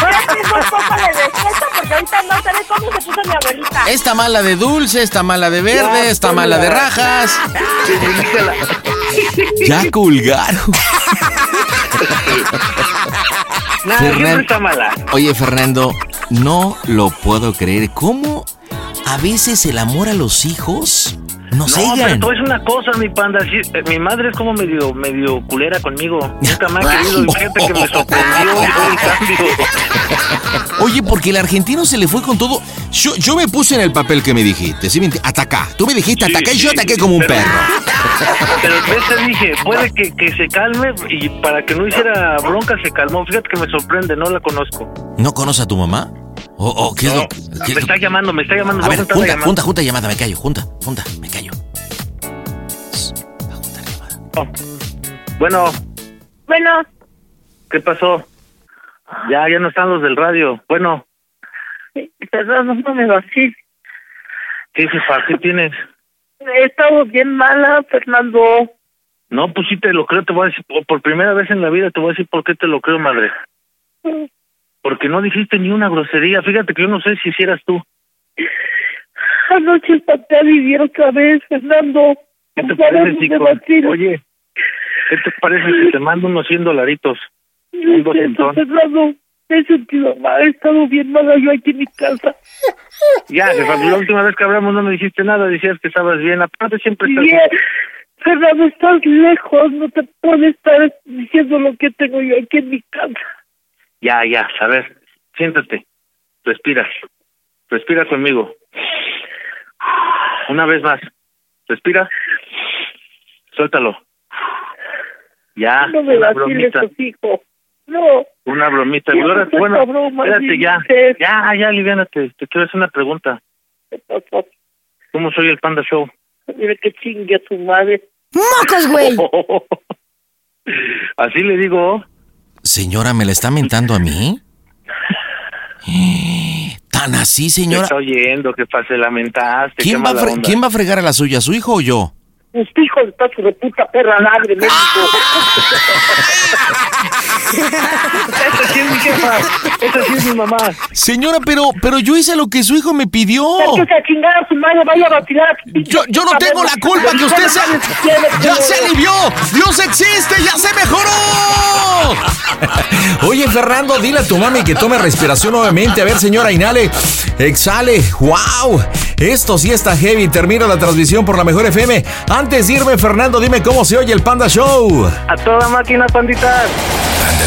Ahora sí es un poco de descuento porque ahorita no sabes cómo se puso mi abuelita. Esta mala de dulce, esta mala de verde, esta mala de rajas. Ya colgaron. Nah, siempre está mala. Oye, Fernando, no lo puedo creer. ¿Cómo a veces el amor a los hijos nos No, pero cegan? todo es una cosa, mi panda. sí, eh, mi madre es como medio, medio culera conmigo. Nunca me ha querido. y Fíjate que me *laughs* sorprendió fue un cambio. Oye, porque el argentino se le fue con todo. Yo, yo me puse en el papel que me dijiste. ¿sí? me enti- Atacá. Tú me dijiste Sí, atacá y yo sí, ataqué sí, como un pero- perro. Pero después te dije, puede que, que se calme y para que no hiciera bronca se calmó. Fíjate que me sorprende, no la conozco. ¿No conoces a tu mamá? ¿O o qué es lo qué- Me está llamando, me está llamando. A voy ver, contar la junta, llamada. junta, junta llamada, me callo, junta, junta, me callo. Bueno, Bueno, ¿qué pasó? Ya, ya no están los del radio. Bueno, perdón, no me lo así. ¿qué jefa? ¿Qué tienes? He estado bien mala, Fernando. No, pues sí te lo creo, te voy a decir, por- por primera vez en la vida te voy a decir por qué te lo creo, madre. Porque no dijiste ni una grosería. Fíjate que yo no sé si hicieras tú. Anoche empaté a vivir otra vez, Fernando. ¿Qué te parece, chico? Oye, ¿qué te parece si te mando unos 100 dolaritos? Un doscientón. Fernando, he sentido mal, he estado bien mala yo aquí en mi casa. Ya, jefa, pues la última vez que hablamos no me dijiste nada, decías que estabas bien. Aparte siempre estás... Bien, Fernando, estás lejos, no te puedes estar diciendo lo que tengo yo aquí en mi casa. Ya, ya, a ver, siéntate. Respira. Respira conmigo. Una vez más. Respira. Suéltalo. Ya, No me una vaciles, Ah, bromita. hijo. No. Una bromita. Ya, Y ahora, esta bueno, broma, espérate ya. dices. Ya, ya, aliviánate. Te quiero hacer una pregunta. ¿Cómo soy el Panda Show? Mira que chingue a su madre. ¡Mocos, güey! *laughs* Así le digo. Señora, ¿me la está mentando a mí? ¿Tan así, Te señora? está oyendo, que pase, lamentaste. ¿Quién qué va, a mala fre- onda. ¿Quién va a fregar a la suya, su hijo o yo? Usted, hijo de tacho de puta perra madre, México. *laughs* Esa sí es mi jefa. Esa sí es mi mamá. Señora, pero, pero yo hice lo que su hijo me pidió. Sáquese a chingar a su madre, vaya a vacilar a su Yo, yo no tengo la culpa que usted se... ¡Ya se alivió! ¡Dios existe! ¡Ya se mejoró! Oye, Fernando, dile a tu mami que tome respiración nuevamente. A ver, señora, inhale, exhale. ¡Wow! Esto sí está heavy. Termina la transmisión por la mejor FM. Antes de irme, Fernando, dime cómo se oye el Panda Show. A toda máquina, pandita. Panda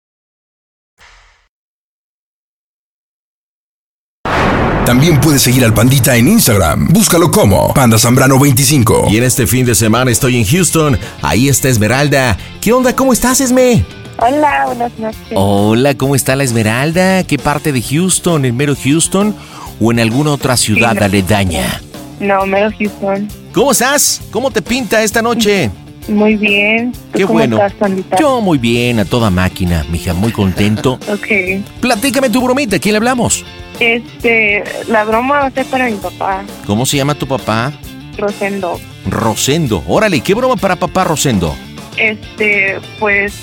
También puedes seguir al Pandita en Instagram. Búscalo como Panda Zambrano 25. Y en este fin de semana estoy en Houston. Ahí está Esmeralda. ¿Qué onda? ¿Cómo estás, Esme? Hola, buenas noches. Hola, ¿cómo está la Esmeralda? ¿Qué parte de Houston? ¿En mero Houston o en alguna otra ciudad aledaña? No, mero Houston. ¿Cómo estás? ¿Cómo te pinta esta noche? Muy bien. ¿Tú Qué cómo bueno. Estás, pandita? Yo muy bien, a toda máquina, mija, muy contento. *laughs* Ok. Platícame tu bromita, ¿a quién le hablamos? Este, la broma va a ser para mi papá, ¿Cómo se llama tu papá? Rosendo. Rosendo. Órale, ¿qué broma para papá Rosendo? Este, pues,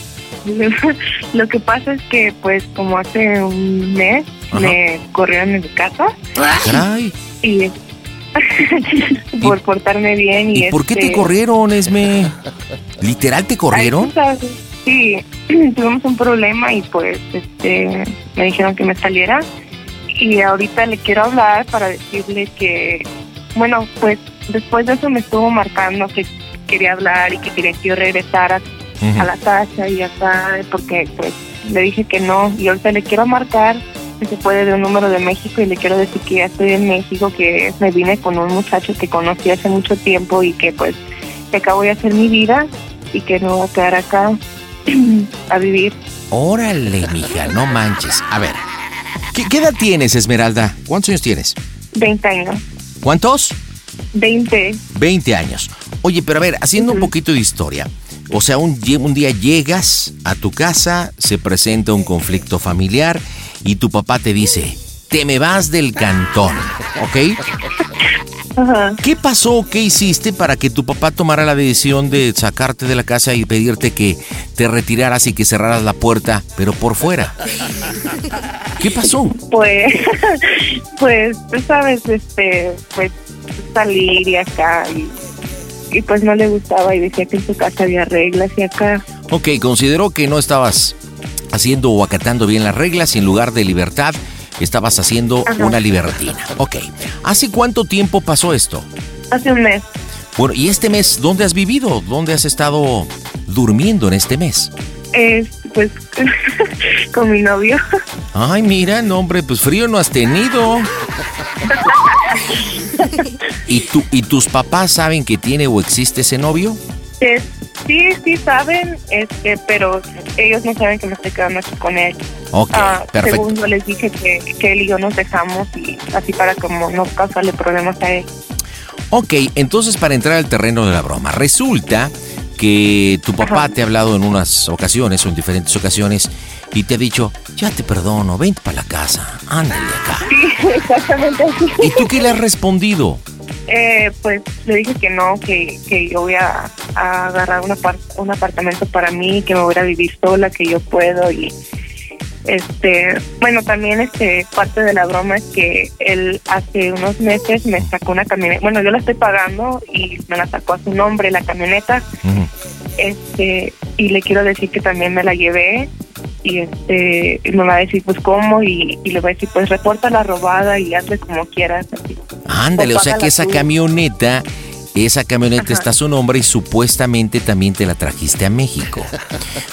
*laughs* lo que pasa es que, pues, como hace un mes, Ajá. me corrieron de mi casa. Caray, Y es- *laughs* por portarme bien. ¿Y, ¿y por qué te este, corrieron, Esme? ¿Literal te Ay, corrieron? tú sabes, Sí, *clears throat* tuvimos un problema y pues este me dijeron que me saliera y ahorita le quiero hablar para decirle que bueno, pues después de eso me estuvo marcando que quería hablar y que quería que yo regresara Ujú. a la casa y acá porque pues le dije que no y ahorita le quiero marcar que se puede de un número de México y le quiero decir que ya estoy en México, que me vine con un muchacho que conocí hace mucho tiempo y que pues que acá voy a hacer mi vida y que no voy a quedar acá *clears throat* a vivir. Órale, mija, no manches. A ver, ¿qué, qué edad tienes, Esmeralda? ¿Cuántos años tienes? 20 años. ¿Cuántos? 20. 20 años. Oye, pero a ver, haciendo un poquito de historia. O sea, un, lle- un día llegas a tu casa, se presenta un conflicto familiar y tu papá te dice, te me vas del cantón, ¿ok? ¿Qué pasó? ¿Qué hiciste para que tu papá tomara la decisión de sacarte de la casa y pedirte que te retiraras y que cerraras la puerta, pero por fuera? ¿Qué pasó? Pues, *laughs* pues, tú sabes, este, pues salir y acá y, y, pues no le gustaba y decía que en su casa había reglas y acá. Ok, consideró que no estabas haciendo o acatando bien las reglas y en lugar de libertad estabas haciendo Ajá. una libertina. Ok, ¿hace cuánto tiempo pasó esto? Hace un mes Bueno, ¿y este mes dónde has vivido? ¿Dónde has estado durmiendo en este mes? es pues *laughs* con mi novio. *laughs* Ay, mira, no, hombre, pues frío no has tenido. ¿Y, tú, ¿Y tus papás saben que tiene o existe ese novio? Es- sí, sí saben, este, pero ellos no saben que me estoy quedando aquí con él. Ok, Ah, perfecto. Según yo les dije que, que él y yo nos dejamos y así para como no causarle problemas a él. Ok, entonces para entrar al terreno de la broma, resulta que tu papá te ha hablado en unas ocasiones o en diferentes ocasiones y te ha dicho, ya te perdono, vente para la casa, ándale acá. Sí, *laughs* exactamente así. ¿Y tú qué le has respondido? Eh, pues le dije que no, que, que yo voy a, a agarrar un, apart- un apartamento para mí, que me voy a vivir sola, que yo puedo y este, bueno, también este parte de la broma es que él hace unos meses me sacó una camioneta, bueno, yo la estoy pagando y me la sacó a su nombre la camioneta. Este, y le quiero decir que también me la llevé y este y me va a decir pues cómo y, y le voy a decir pues reporta la robada y hazle como quieras. así. Ándale, o Pues sea que págala esa tú. camioneta, esa camioneta está a su nombre y supuestamente también te la trajiste a México.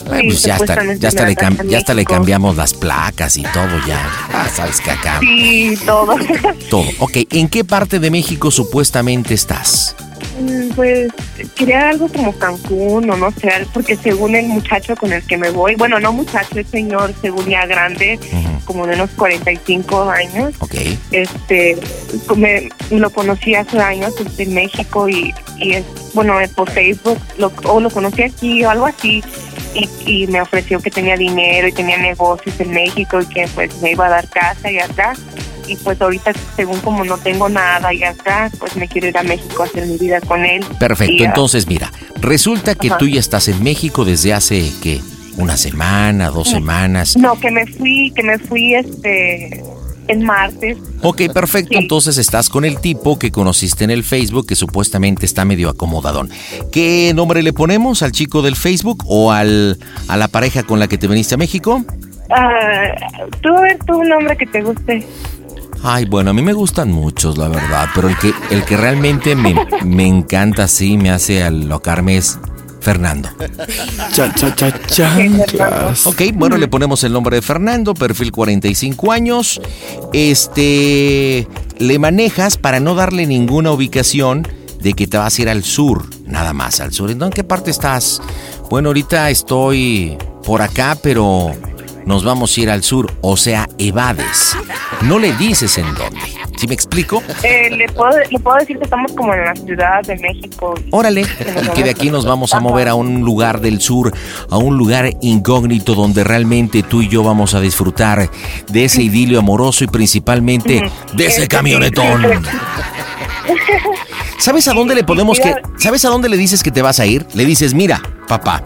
Bueno, Sí, pues ya hasta, supuestamente ya, hasta me le la cam- traje a ya hasta le México. cambiamos las placas y todo ya. Ah, sabes que acá Sí, *laughs* todo. todo. Ok, ¿en qué parte de México supuestamente estás? Mm, Pues quería algo como Cancún o no sé, porque según el muchacho con el que me voy, bueno, no muchacho, es señor, según ya grande, como de unos 45 años. Ok. Este, me, lo conocí hace años este, en México y, y es, bueno, eh, por Facebook, lo, o lo conocí aquí o algo así. Y, y me ofreció que tenía dinero y tenía negocios en México y que pues me iba a dar casa y acá. Y pues ahorita, según como no tengo nada y acá, pues me quiero ir a México a hacer mi vida con él. Perfecto, Y, ah, entonces mira, resulta que Ajá. tú ya estás en México desde hace, ¿qué? Una semana, dos semanas. No, que me fui, que me fui este el martes. Ok, perfecto. Entonces estás con el tipo que conociste en el Facebook que supuestamente está medio acomodadón. ¿Qué nombre le ponemos al chico del Facebook o al, a la pareja con la que te viniste a México? Ah, tú a ver tú un nombre que te guste. Ay, bueno, a mí me gustan muchos, la verdad, pero el que, el que realmente me, me encanta así, me hace alocarme es Fernando. Cha, cha, cha, chanclas. Ok, bueno, le ponemos el nombre de Fernando, perfil 45 años. Este, le manejas para no darle ninguna ubicación de que te vas a ir al sur, nada más al sur. ¿En qué parte estás? Bueno, ahorita estoy por acá, pero nos vamos a ir al sur, o sea, evades. No le dices en dónde. ¿Sí me explico? Eh, le, puedo, le puedo decir que estamos como en la Ciudad de México. Órale. Y que de aquí nos vamos a mover a un lugar del sur, a un lugar incógnito donde realmente tú y yo vamos a disfrutar de ese idilio amoroso y principalmente de ese camionetón. ¿Sabes a dónde le podemos que ¿Sabes a dónde le dices que te vas a ir? Le dices, "Mira, papá,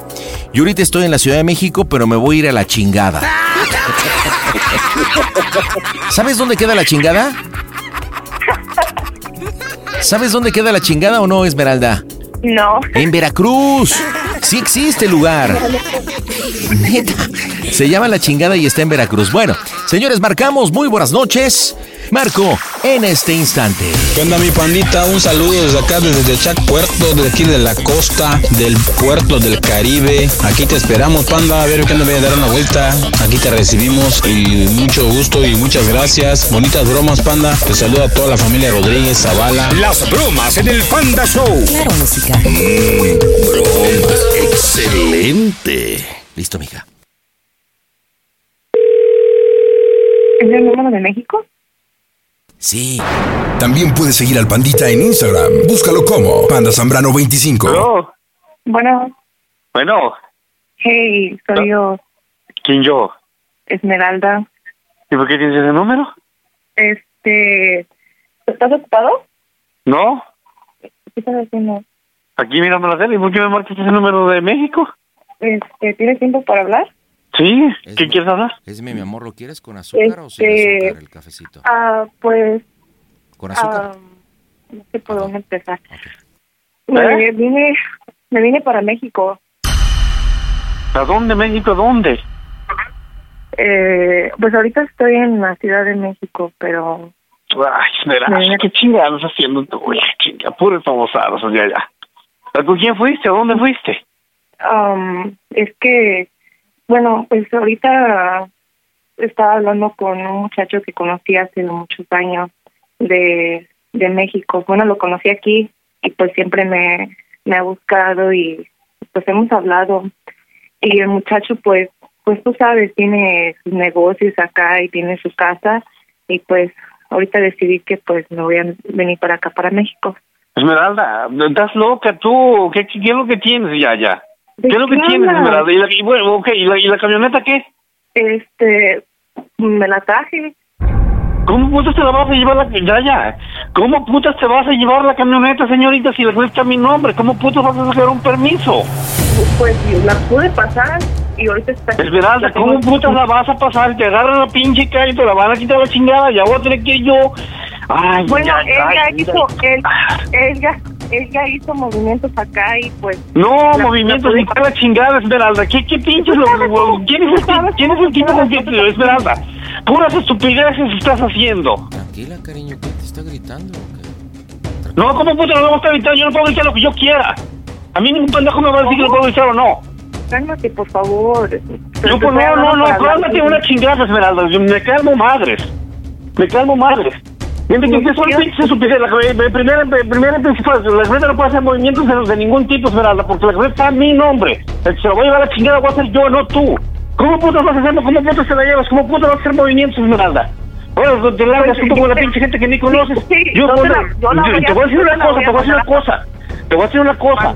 yo ahorita estoy en la Ciudad de México, pero me voy a ir a la chingada." ¿Sabes dónde queda la chingada? ¿Sabes dónde queda la chingada o no, Esmeralda? No. En Veracruz. Sí existe el lugar. Neta. Se llama La Chingada y está en Veracruz. Bueno, señores, marcamos. Muy buenas noches. Marco, en este instante. ¿Qué onda mi pandita? Un saludo desde acá, desde Chac Puerto, desde aquí de la costa, del puerto del Caribe. Aquí te esperamos, panda, a ver qué nos voy a dar una vuelta. Aquí te recibimos y mucho gusto y muchas gracias. Bonitas bromas, panda. Te saluda a toda la familia Rodríguez Zavala. Las bromas ¿eh? en el Panda Show. Claro, música. bromas. Excelente. Listo, mija. ¿Es el número de México? Sí. También puedes seguir al Pandita en Instagram. Búscalo como Panda Zambrano 25. Bueno, Bueno, hey, soy yo, ¿quién yo? Esmeralda. ¿Y por qué tienes ese número? Este, ¿estás ocupado? No, ¿Qué estás haciendo? aquí mirando la tele. ¿Y por qué me marcas ese número de México? Este, ¿tienes tiempo para hablar? Sí, ¿qué quieres hablar? Es mi amor, ¿lo quieres con azúcar o sin Este, azúcar el cafecito? ah, pues, ¿Con azúcar? ah, no sé por dónde empezar. Me vine, me vine para México. ¿A dónde, México? ¿A ¿Dónde? Eh, pues ahorita estoy en la Ciudad de México, pero Ay, verás, Mira. qué chingados haciendo tú, güey, chinga, puros famosados allá, allá. ¿Con quién fuiste? ¿A dónde fuiste? Am, um, es que, bueno, pues ahorita estaba hablando con un muchacho que conocí hace muchos años de, de México. Bueno, lo conocí aquí y pues siempre me, me ha buscado y pues hemos hablado. Y el muchacho pues, pues tú sabes, tiene sus negocios acá y tiene su casa y pues ahorita decidí que pues me voy a venir para acá, para México. Esmeralda, estás loca tú. ¿Qué, qué, qué es lo que tienes ya, ya? ¿Qué es lo que qué tienes, hablas? Esmeralda? ¿Y la, y bueno, ok, ¿y la, y la camioneta qué? Este, me la traje. ¿Cómo putas te la vas a llevar la ya, ya? ¿Cómo putas te vas a llevar la camioneta, señorita, si la cuesta mi nombre? ¿Cómo putas vas a sacar un permiso? Pues la pude pasar y ahorita está... Esmeralda, ¿cómo putas la vas a pasar? Te agarran la pinche calle, te la van a quitar la chingada, ya voy a tener que ir yo. Ay, Bueno, ya, él ay, ya mira. hizo, él, él ya, él ya hizo movimientos acá y pues... No, movimientos, ni para la chingada, Esmeralda. ¿Qué, qué Pues, pinches? lo- lo- ¿Quién es el, ti- quién es el tipo con quien te- Esmeralda? Puras estupideces estás haciendo. Tranquila, cariño, ¿qué te Ah. está gritando? No, ¿cómo puta no me gusta gritar? Yo no puedo gritar lo que yo quiera. A mí ningún pendejo me va a decir que lo puedo gritar o no. Cálmate, por favor. No, pues no, no, no, cálmate una chingada, Esmeralda. Yo me calmo madres. Me calmo madres. Mientras que usted solo pinche estupidez, la la primera, la primera y principal, la gente no puede hacer movimientos de, de ningún tipo, Esmeralda, porque la gente está a mi nombre. El que se lo voy a llevar a la chingada voy a hacer yo, no tú. ¿Cómo putas vas a hacerlo? ¿Cómo putas te la llevas? ¿Cómo putas vas a hacer movimientos, Esmeralda? Bueno, te largas Pues, tú como la pinche gente que ni conoces. Yo, yo te la- bueno, yo la voy a- te voy a decir yo te una la cosa, voy a te voy a decir una mandar. cosa. Te voy a decir una cosa.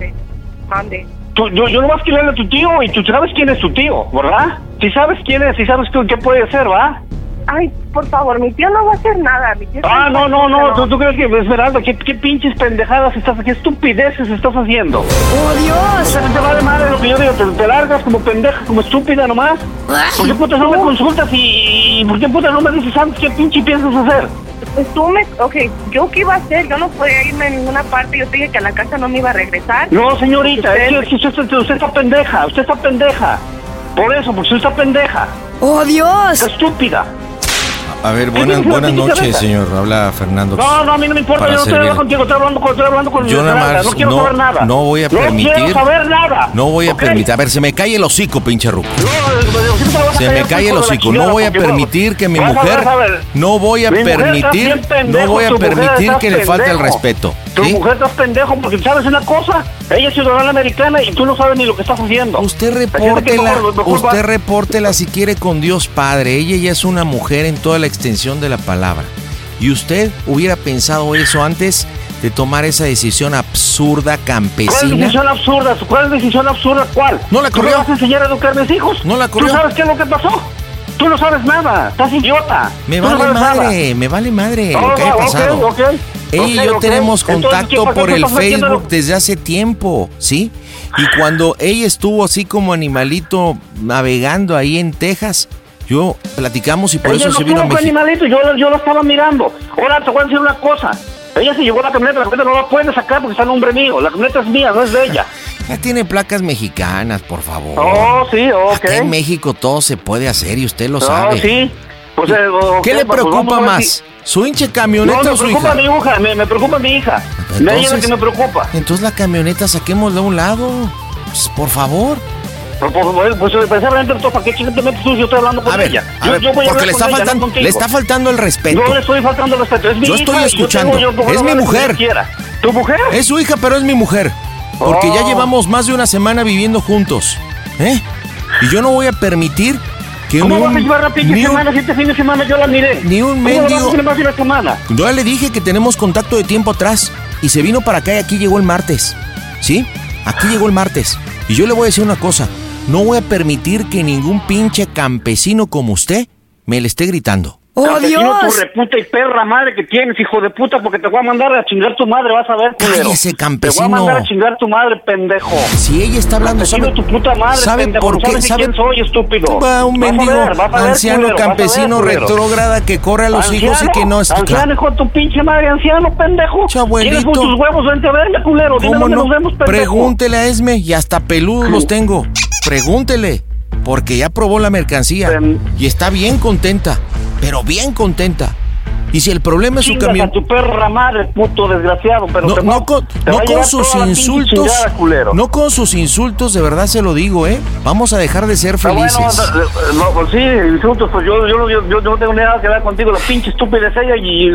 Mande. Tú- yo, yo nomás quiero hablarle a tu tío y tú sabes quién es tu tío, ¿verdad? Si sabes quién es, si sabes qué, qué puede hacer, ¿va? Ay, por favor, mi tío no va a hacer nada. Mi tío Ah, no, no, no, ¿tú, tú crees que, Esmeralda, ¿qué, qué pinches pendejadas estás, qué estupideces estás haciendo? ¡Oh, Dios! te vale madre lo que yo digo, te, te largas como pendeja, como estúpida nomás. ¿Por qué putas no me consultas y, y por qué putas no me dices antes qué pinche piensas hacer? Pues tú me... Ok, ¿yo qué iba a hacer? Yo no podía irme a ninguna parte. Yo te dije que a la casa no me iba a regresar. No, señorita, es que, es que usted, usted- usted está pendeja, usted está pendeja. Por eso, porque usted está pendeja. ¡Oh, Dios! Estúpida. A ver, buenas, ¿Qué buenas dices, noches, Roberto? señor. Habla Fernando. No, no, a mí no me importa, Para yo no estoy servir. hablando contigo, estoy hablando con, estoy hablando con Yo nada Esmeralda, más no quiero no- saber nada. no voy a No permitir- quiero saber nada. No voy a permitir. A ver, se me cae el hocico, pinche ruco. Se me cae el hocico. No voy a permitir que mi Vas a ver, mujer. vas a ver. No voy a Mi mujer permitir. está bien No pendejo, voy a tu mujer permitir está que le falte el pendejo. respeto. Tu mujer estás pendejo porque sabes una cosa, ella es ciudadana americana y tú no sabes ni lo que estás haciendo. Usted Repórtela- usted repórtela si quiere con Dios Padre. Ella ya es una mujer en toda la extensión de la palabra. Y usted hubiera pensado eso antes de tomar esa decisión absurda ¿Cuál campesina. decisión absurda? ¿Cuál decisión absurda? ¿Cuál? No la corrió. ¿Tú me vas a enseñar a educar a mis hijos? No la corrió. ¿Tú sabes qué es lo que pasó? Tú no sabes nada. Estás idiota. Me Tú no vale sabes nada. madre, me vale madre Ah, lo que haya ok, pasado. ok. Ella y Ok, yo ok. tenemos Entonces, ¿qué contacto pasó? por ¿Qué el pasó? ¿Qué pasó? Facebook desde hace tiempo, ¿sí? Y cuando ella estuvo así como animalito navegando ahí en Texas, yo platicamos y por Ella eso se no vino a tuvo un México. animalito, yo, la- yo lo estaba mirando. Ahora te voy a decir una cosa. Ella se llevó la camioneta, la camioneta no la pueden sacar porque está en nombre mío. La camioneta es mía, no es de ella. *laughs* Ya tiene placas mexicanas, por favor. Oh, sí, ok. Acá en México todo se puede hacer y usted lo No, sabe. sí. Pues, eh, ok, ¿Qué le pues, vamos preocupa a ver más? si- ¿Su hinche No, camioneta me o su preocupa hija? mi hija, me, me preocupa mi hija. Me ella es la que me preocupa. Entonces la camioneta saquémosla a un lado. Pues, por favor. Pues, pues, pues, precisamente, entonces, ¿para qué chingados te metes tú? Yo estoy hablando con A ver, ella. a Yo- ver, yo voy a porque hablar con le está, ella, no faltando, contigo. le está faltando el respeto. Yo le estoy faltando el respeto. Es mi Yo hija estoy y yo escuchando. tengo- yo puedo es mi hablar con mujer. quien quiera. ¿Tu mujer? Es su hija, pero es mi mujer. Porque ya Oh. llevamos más de una semana viviendo juntos. ¿Eh? Y yo no voy a permitir que ¿Cómo un, vas a llevar la pinche ni un- semana? Si este fin de semana yo la miré. Ni un ¿Cómo mendigo- vas a hacer más de una semana? Yo ya le dije que tenemos contacto de tiempo atrás y se vino para acá y aquí llegó el martes. ¿Sí? Aquí llegó el martes. Y yo le voy a decir una cosa. No voy a permitir que ningún pinche campesino como usted me le esté gritando. Campesino, tu reputa y perra madre que tienes, hijo de puta, porque te voy a mandar a chingar tu madre, vas a ver, culero. Te Cállese, voy campesino. a mandar a chingar tu madre, pendejo. Si ella está hablando, campesino, sabe- tu puta madre, ¿sabe pendejo, por no qué? sabes ni ¿Sabe- quién soy, estúpido. Va un Vas a mendigo ver, vas a ver, anciano culero, vas a ver, campesino culero. retrógrada que corre a los hijos y que no está Anciano, claro. anciano, hijo de tu pinche madre, anciano, pendejo. Tienes con tus huevos, vente a verme, culero. Dime ¿Cómo dónde no? nos vemos, pendejo. Pregúntele a Esme y hasta peludos los tengo. Pregúntele, porque ya probó la mercancía Em. y está bien contenta, pero bien contenta. Y si el problema es su Chingas camión, a tu perra madre, puto desgraciado, pero no, te va- no con, te no va a con llevar sus toda la pinche insultos, chingada, culero. no con sus insultos, de verdad se lo digo, ¿eh? Vamos a dejar de ser Pero felices. Ah, Bueno, no, pues sí, insultos, pues yo, yo, no- yo, yo no tengo nada que ver contigo, la pinche estúpida es ella y...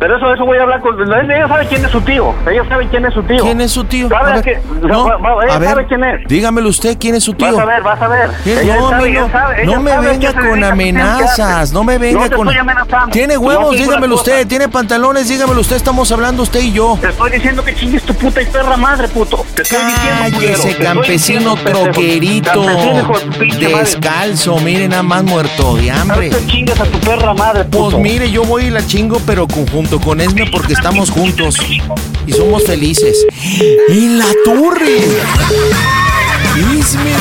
Pero eso, eso voy a hablar con. no, Ella sabe quién es su tío. Ella sabe quién es su tío. ¿Quién es su tío? A ver, que, no, va- va- ella a ver, sabe quién es. Dígamelo usted, ¿quién es su tío? Vas a ver, vas a ver. ¿Qué? Ella No, sabe, no, ella no. sabe, No ella sabe me a qué venga se dedica, qué con es lo que amenazas, hace. no me venga No te con... estoy amenazando. Tiene No huevos, digo dígamelo las cosas. usted, tiene pantalones, dígamelo usted, estamos hablando usted y yo. Te estoy diciendo que chingues tu puta y perra madre, puto. Te estoy diciendo, Cállese, culero. Te estoy campesino diciendo, pendejo. troquerito, Campesino, hijo de pinche madre. descalzo, mire nada más muerto de hambre. Ahorita chingas a tu perra madre, puto. Pues mire, yo voy y la chingo, pero con- junto con Esme porque estamos juntos y somos felices. ¡En la torre! ¡Esme!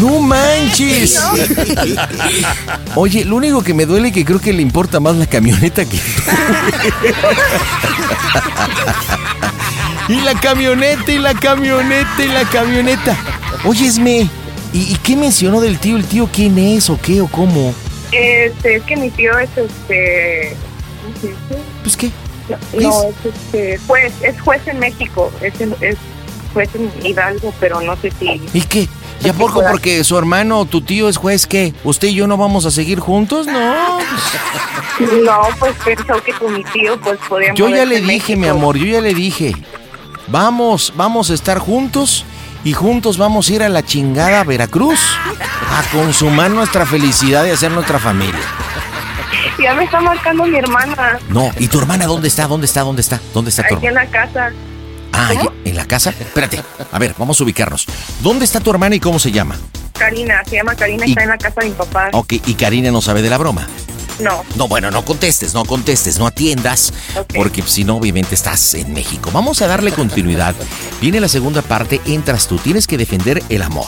¡No manches! Oye, lo único que me duele es que creo que le importa más la camioneta que Y la camioneta, y la camioneta, y la camioneta. Oye, Esme, ¿y, y qué mencionó del tío? ¿El tío quién es o qué o cómo? Este, es que mi tío es este. ¿cómo se dice? Pues qué. No, no, es este. Juez, es juez en México. Es, en- es juez en Hidalgo, pero no sé si. ¿Y qué? ¿Ya poco porque su hermano o tu tío es juez qué? ¿Usted y yo no vamos a seguir juntos? No. pues, No, pues pensó que con mi tío, pues podíamos. Yo ya le dije, mi amor, yo ya le dije. Vamos, vamos a estar juntos y juntos vamos a ir a la chingada Veracruz a consumar nuestra felicidad y hacer nuestra familia. Ya me está marcando mi hermana. No, ¿y tu hermana dónde está? ¿Dónde está? ¿Dónde está? ¿Dónde está tu Aquí en hermana? la casa. Ah, allí, en la casa. Espérate, a ver, vamos a ubicarnos. ¿Dónde está tu hermana y cómo se llama? Karina, se llama Karina, Y- está en la casa de mi papá. Ok, y Karina no sabe de la broma. No. No, bueno, no contestes, no contestes, no atiendas, porque si no, obviamente estás en México. Vamos a darle continuidad. Viene la segunda parte, entras tú, tienes que defender el amor.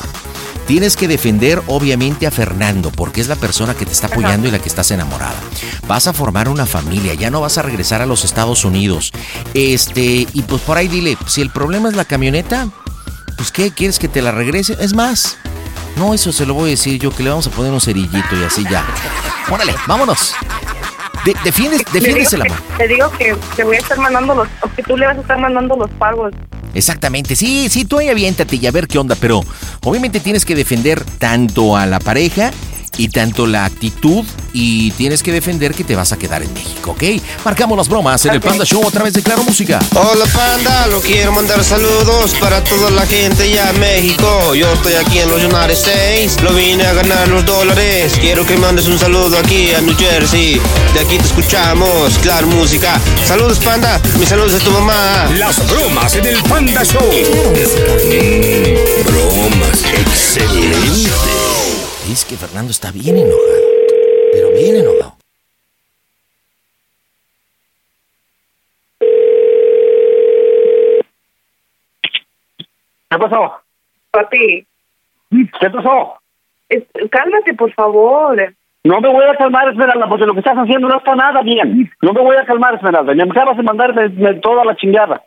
Tienes que defender obviamente a Fernando, porque es la persona que te está apoyando y la que estás enamorada. Vas a formar una familia, ya no vas a regresar a los Estados Unidos. Este, y pues por ahí dile, si el problema es la camioneta, pues ¿qué? ¿Quieres que te la regrese? Es más, no, eso se lo voy a decir yo, que le vamos a poner un cerillito y así ya. Órale, vámonos. De- defiendes, defiendes el Te digo amor. que- Te digo que te voy a estar mandando los, o que tú le vas a estar mandando los pagos. Exactamente, sí, sí, tú ahí aviéntate y a ver qué onda, pero obviamente tienes que defender tanto a la pareja y tanto la actitud y tienes que defender que te vas a quedar en México, ¿ok? Marcamos las bromas en el Panda Show a través de Claro Música. Hola panda, lo quiero mandar saludos para toda la gente ya en México. Yo estoy aquí en los United States, lo vine a ganar los dólares. Quiero que mandes un saludo aquí a New Jersey. De aquí te escuchamos, claro música. Saludos panda, mis saludos a tu mamá. Las bromas en el Panda Show. Mm, bromas, excelente. Es que Fernando está bien enojado, pero bien enojado. ¿Qué pasó? Papi, ¿Qué pasó? es- cálmate, por favor. No me voy a calmar, Esmeralda, porque lo que estás haciendo no está nada bien. No me voy a calmar, Esmeralda. Me acabas de mandar de- de toda la chingada.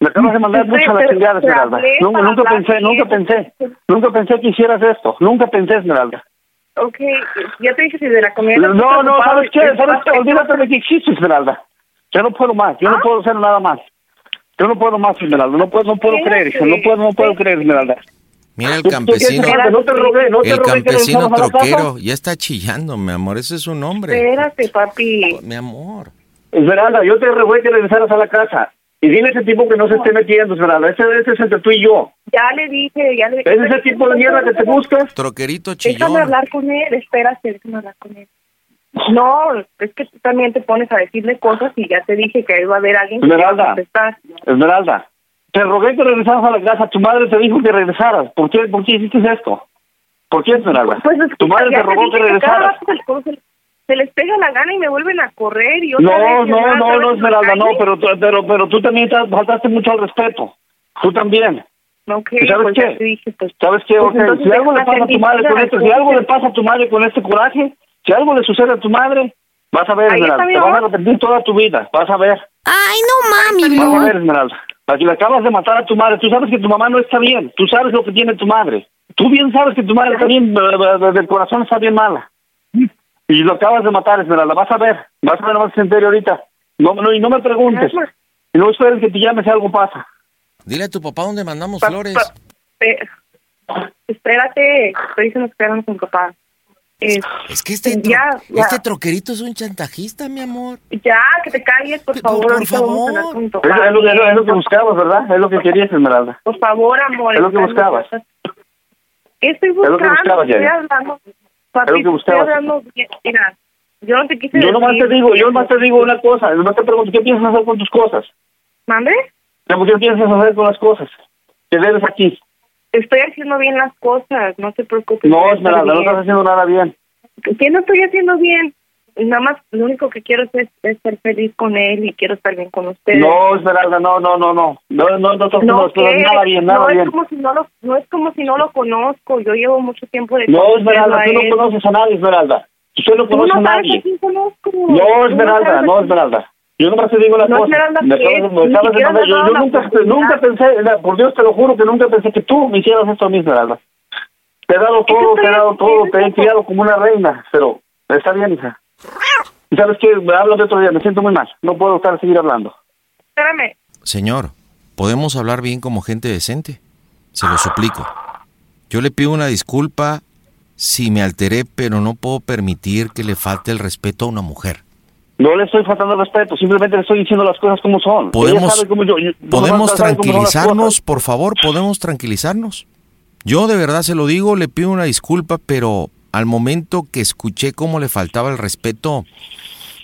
Me acabas de mandar Te- mucho a te- la chingada, te Esmeralda. hablé Nunca, para nunca hablar pensé, bien. nunca pensé. Nunca pensé que hicieras esto. Nunca pensé, Esmeralda. Ok, ya te dije si de la comida. No, no, ¿sabes qué? ¿Sabes qué? Olvídate de que existe, Esmeralda. Yo no puedo más, yo no puedo hacer nada más. Yo no puedo más, Esmeralda. No puedo, no puedo Espérate. creer, hija. No puedo, no puedo creer, Esmeralda. Mira el ¿Tú- tú quieres campesino. que te- no te rogué, no te el rogué que campesino regresáramos a la casa? troquero ya está chillando, mi amor, ese es un hombre. Espérate, papi. Mi amor. Esmeralda, yo te ruego que regresaras a la casa. Y dile a ese tipo que no se esté metiendo, Esmeralda. Ese, ese es entre tú y yo. Ya le dije, ya le ¿Es ese tipo de mierda que te buscas? Troquerito Déjame chillón. hablar con él, espérate, déjame hablar con él. No, es que tú también te pones a decirle cosas y ya te dije que iba a haber alguien que te iba a Esmeralda. contestar. Esmeralda, te rogué que regresaras a la casa. Tu madre te dijo que regresaras. ¿Por qué, por qué hiciste esto? ¿Por qué, Esmeralda? tu madre Pues Ya te rogó dije que cada regresaras. rato se les- se les- Se les pega la gana y me vuelven a correr y otra No, vez, y no, otra no, no, vez en la Esmeralda, no, calle. pero, tú- pero, pero tú también te faltaste mucho al respeto. Tú también. Ok, ¿Y sabes pues qué? ya te dije, pues, ¿Sabes qué? Pues Ok, entonces si algo le déjala pasa a tu feliz, madre con déjala esto, si feliz. algo le pasa a tu madre con este coraje, si algo le sucede a tu madre, vas a ver, Ahí está Esmeralda, mi te vas a mamá. arrepentir toda tu vida, vas a ver. Ay, no mami, Vas a Blue. ver, Esmeralda. Aquí le acabas de matar a tu madre. Tú sabes que tu mamá no está bien. Tú sabes lo que tiene tu madre. Tú bien sabes que tu madre está bien, eh, del corazón está bien mala. Y lo acabas de matar, Esmeralda. Vas a ver. Vas a ver, vas a sentir ahorita. No, no, y no me preguntes. Y no esperes que te llames si algo pasa. Dile a tu papá dónde mandamos Pa- flores. pa- eh, espérate, estoy diciendo que quedaron con papá. Es, que este, tro- ya, ya. este troquerito es un chantajista, mi amor. Ya, que te calles, por favor. por ahorita vamos al asunto. Es, es lo, es lo- es lo que buscabas, ¿verdad? Es lo que querías, Esmeralda. Por favor, amor. Es lo que estás- buscabas. ¿Qué estoy lo que buscando? buscabas, estoy Jenny. hablando. Es lo Papi, que estoy buscabas. hablando bien. Mira, yo no te quise Yo nomás decir- te digo, yo nomás te digo una cosa. Nomás te pregunto, ¿qué piensas hacer con tus cosas? pues, ¿Mande? ¿Qué piensas hacer con las cosas que debes aquí? Estoy haciendo bien las cosas, no te preocupes. voy No, a estar Esmeralda, no bien. estás haciendo nada bien. que no estoy haciendo bien. Nada más, lo único que quiero es, es ser feliz con él y quiero estar bien con ustedes. No, Esmeralda, no, no, no, no. No, no, no, no, no, no, ¿qué? nada bien, no nada Es bien. como si no, lo, no es como si no lo conozco. Yo llevo mucho tiempo de No, conocerlo Esmeralda, a tú él. no conoces a nadie, Esmeralda. Tú no Tú conoces a no sabes a nadie. quién conozco. No, Tú Esmeralda, sabes no, a quién- Esmeralda. Yo nomás te digo una No, cosa. Esmeralda, me ¿qué? acabas de- me Ni acabas de siquiera mandar- me has Yo, yo dado la nunca, nunca pensé, la- por Dios te lo juro que nunca pensé que tú me hicieras esto a mí, Esmeralda. Te he dado todo, te he dado todo, te he criado como una reina, pero está bien, hija. ¿Y sabes qué? Me hablas de otro día, me siento muy mal. No puedo estar seguir hablando. Espérame. Señor, ¿podemos hablar bien como gente decente? Se lo suplico. Yo le pido una disculpa si me alteré, pero no puedo permitir que le falte el respeto a una mujer. No le estoy faltando el respeto, simplemente le estoy diciendo las cosas como son. Ella Podemos- sabe cómo yo- yo- ¿Podemos Esmeralda sabe cómo son las tranquilizarnos, por favor? ¿Podemos tranquilizarnos? Yo de verdad se lo digo, le pido una disculpa, pero al momento que escuché cómo le faltaba el respeto,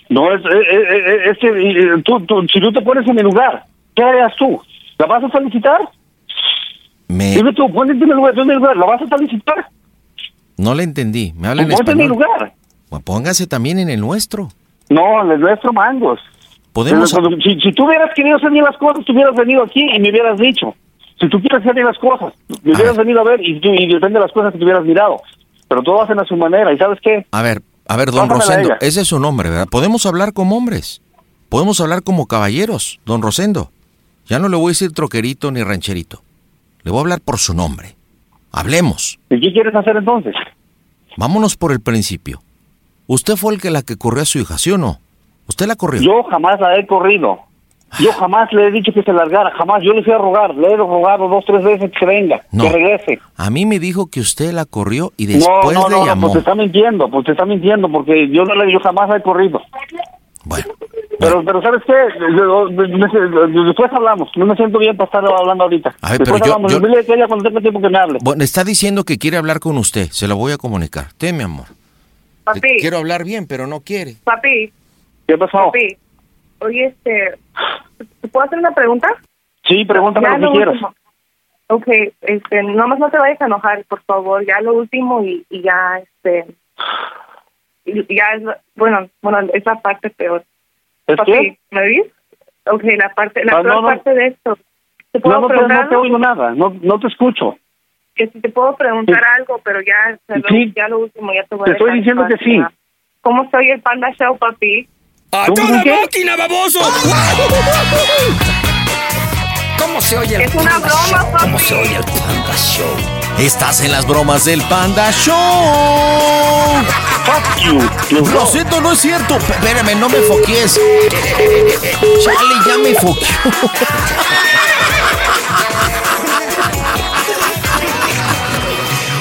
No, es, es- es- es que eh, tú, tú- si tú te pones en mi lugar, ¿qué harías tú? ¿La vas a felicitar? me, Dime tú, ponete en mi lugar, tú en mi lugar, ¿la vas a felicitar? no le entendí. Me habla en Ponte en mi español. lugar. Bueno, Póngase también en el nuestro. No, en el nuestro mangos. Podemos- Pero cuando- si, si tú hubieras querido hacer bien las cosas, tú hubieras venido aquí y me hubieras dicho. Si tú quieres hacer bien las cosas, me hubieras venido a ver y, tú- y depende de las cosas que te hubieras mirado. Pero todo hacen a su manera, ¿y sabes qué? A ver, a ver, don Pásamela a Rosendo, ella. ese es su nombre, ¿verdad? Podemos hablar como hombres. Podemos hablar como caballeros, don Rosendo. Ya no le voy a decir troquerito ni rancherito. Le voy a hablar por su nombre. Hablemos. ¿Y qué quieres hacer entonces? Vámonos por el principio. Usted fue el que la que corrió a su hija, ¿sí o no? Usted la corrió. Yo jamás la he corrido. Yo jamás le he dicho que se largara, jamás. Yo le fui a rogar, le he rogado dos, tres veces que venga, No. que regrese. A mí me dijo que usted la corrió y No, después no, le no, llamó. pues te está mintiendo, pues te está mintiendo, porque yo no le, yo jamás la he corrido. Pero, pero ¿sabes qué? Yo- yo- me- me- Después hablamos. No me siento bien para estar hablando ahorita. A ver, pero Después yo- hablamos. yo- Dile que ella cuando tenga tiempo que me hable. Bueno, está diciendo que quiere hablar con usted. Se la voy a comunicar. Té, mi amor. Papi. Quiero hablar bien, pero no quiere. Papi. ¿Qué pasó? Papi. Oye, este. ¿te ¿Puedo hacer una pregunta? Sí, pregúntame Ya lo que lo quieras. último. Ok, este, nomás no te vayas a enojar, por favor, ya lo último y, y ya, este, y- ya es, la- bueno, bueno, es la parte peor. ¿Es Papi, qué? ¿Me ves? Ok, la parte, la Ah, peor no, no. parte de esto. ¿Te puedo No, no, te, preguntar no te algo? oigo nada. No, no te escucho. Que si te puedo preguntar algo, pero ya, o sea, lo- Sí. ya lo último, ya te voy a Te estoy dejar en diciendo que paz, sí. ya. ¿Cómo soy el Panda Show, papi? ¿A ¿Cómo toda qué? máquina, *laughs* baboso! ¿Cómo se oye el Es una Panda broma, Show? papi. ¿Cómo se oye el Panda Show? Estás en las bromas del Panda Show. Fuck you. Rosendo, no es cierto. P- Espérame, no me foquies. Chale, ya me foqueó.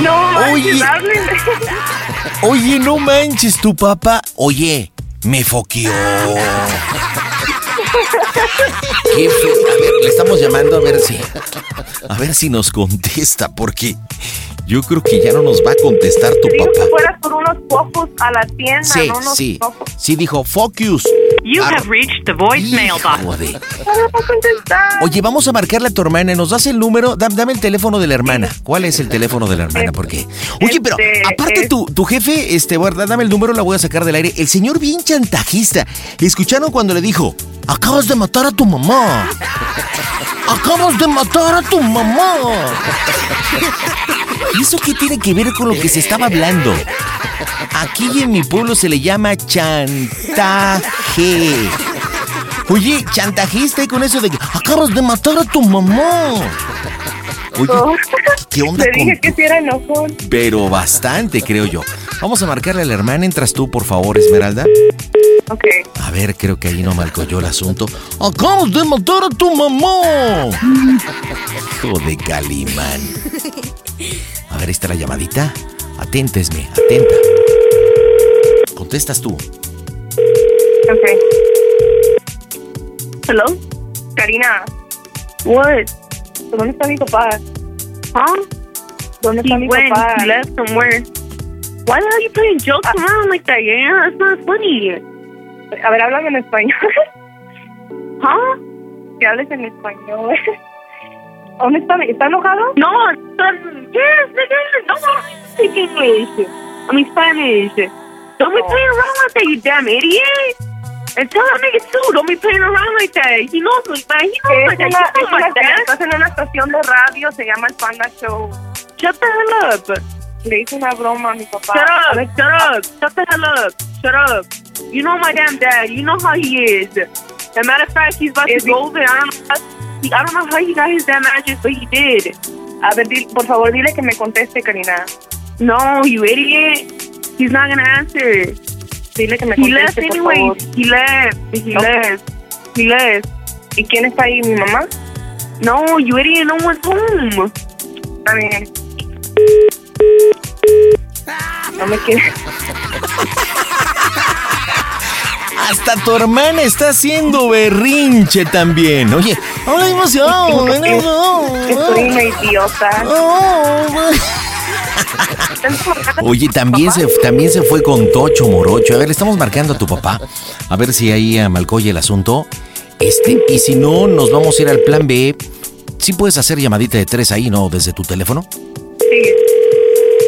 No, Oye. manches, háblenme. Oye, no manches, tu papá. Oye, me foqueó. Qué fe- A ver, le estamos llamando a ver si. A ver si nos contesta, porque yo creo que ya no nos va a contestar tu papá. Fueras por unos pocos a la tienda, Sí, no unos sí. pocos. Sí, dijo Ah, Focus. You have reached the voicemail box. Hijo de- contestar. Oye, vamos a marcarle a tu hermana. ¿Nos das el número? Dam- Dame el teléfono de la hermana. ¿Cuál es el teléfono de la hermana? Porque. Oye, pero Este, aparte es- tu, tu jefe, este, guarda, dame el número, la voy a sacar del aire. El señor bien chantajista. ¿Escucharon cuando le dijo? Acabas de matar a tu mamá. Acabas de matar a tu mamá. ¿Y eso qué tiene que ver con lo que se estaba hablando? Aquí en mi pueblo se le llama chantaje. Oye, chantajista y con eso de que acabas de matar a tu mamá. Oye, ¿qué *laughs* onda Le con Oh. dije que si era enojón. pero bastante, creo yo. Vamos a marcarle a la hermana. Entras tú, por favor, Esmeralda. Ok. A ver, creo que ahí no marcó yo el asunto. ¡Acabas de matar a tu mamá! Hijo de Calimán. A ver, está la llamadita. Atenta, Esme, atenta. contestas tú. Okay. Hello. Karina. What? ¿Dónde está mi papá? Huh? ¿Dónde está mi went, papá? ¿Ah? Ah. he left somewhere. Why the hell are you playing jokes around like that, yeah? That's not funny. A ver, háblame en español. *laughs* Huh? Que hables *laughs* en español. ¿Dónde está? mi- ¿Está enojado? No, son- yes, nigga, no one speak English. I mean Spanish. Don't be playing around like that, you damn idiot. And tell that nigga too, don't be playing around like that. He knows like that. He knows Es like Pues una, that. He es knows like una, that. estás en una estación de radio, se llama el Panda Show. Shut the hell up. Le hice una broma a mi papá. Shut up, shut up, shut the hell up, shut up. You know my damn dad, you know how he is. As a matter of fact, he's about Is to he- go over. I don't know how, he, I don't know how he got his damn address, but he did. A ver, di- por favor, dile que me conteste, Karina. No, you idiot. He's not gonna answer. Dile que me He left Este, conteste, por favor. anyways. He left. He Ok. left. He left. ¿Y quién está ahí, mi mamá? No, you idiot. No one's home. Está bien. No me quiere. Hasta tu hermana está haciendo berrinche también. Oye, hola emoción. Es- ven, no. Estoy una idiota. Oye, también se, también se fue con Tocho Morocho. A ver, le estamos marcando a tu papá. A ver si ahí amalcoye el asunto. Este, y si no, nos vamos a ir al plan B. Sí puedes hacer llamadita de tres ahí, ¿no? Desde tu teléfono. Sí.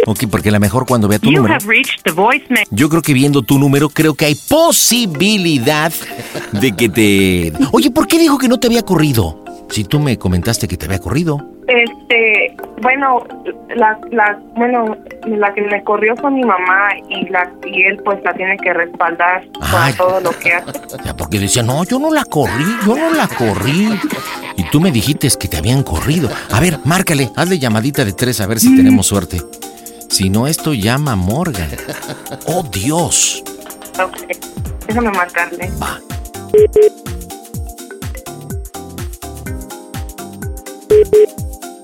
Ok, porque la mejor cuando vea tu You número. have reached the voicemail. Yo creo que viendo tu número, creo que hay posibilidad de que te. Oye, ¿por qué dijo que no te había corrido? Si tú me comentaste que te había corrido. Este, bueno, la, la, bueno, la que me corrió fue mi mamá y la y él pues la tiene que respaldar Ay. con todo lo que hace. Ya, porque decía, no, yo no la corrí, yo no la corrí. Y tú me dijiste que te habían corrido. A ver, márcale, hazle llamadita de tres a ver si tenemos suerte. Si no, esto llama a Morgan. ¡Oh, Dios! Ok, Déjame marcarle.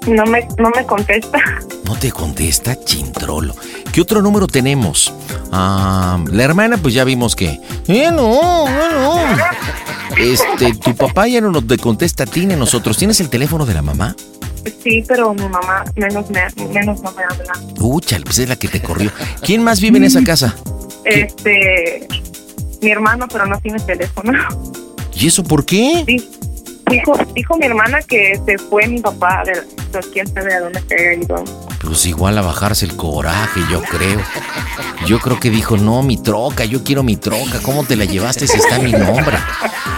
No me, no me contesta. No te contesta, chintrolo. ¿Qué otro número tenemos? Ah, la hermana, pues ya vimos que... Eh, no, eh, no. Este, tu papá ya no nos te contesta a ti ni a nosotros. ¿Tienes el teléfono de la mamá? Sí, pero mi mamá menos me, menos no me habla. Úchale, pues es la que te corrió. ¿Quién más vive en esa casa? Este, mi hermano, pero no tiene teléfono. ¿Y eso por qué? Dijo, dijo mi hermana que se fue mi papá, de, de quién sabe a dónde se ha ido. Pues igual a bajarse el coraje, yo creo. Yo creo que dijo, no, mi troca, yo quiero mi troca. ¿Cómo te la llevaste si está mi nombre?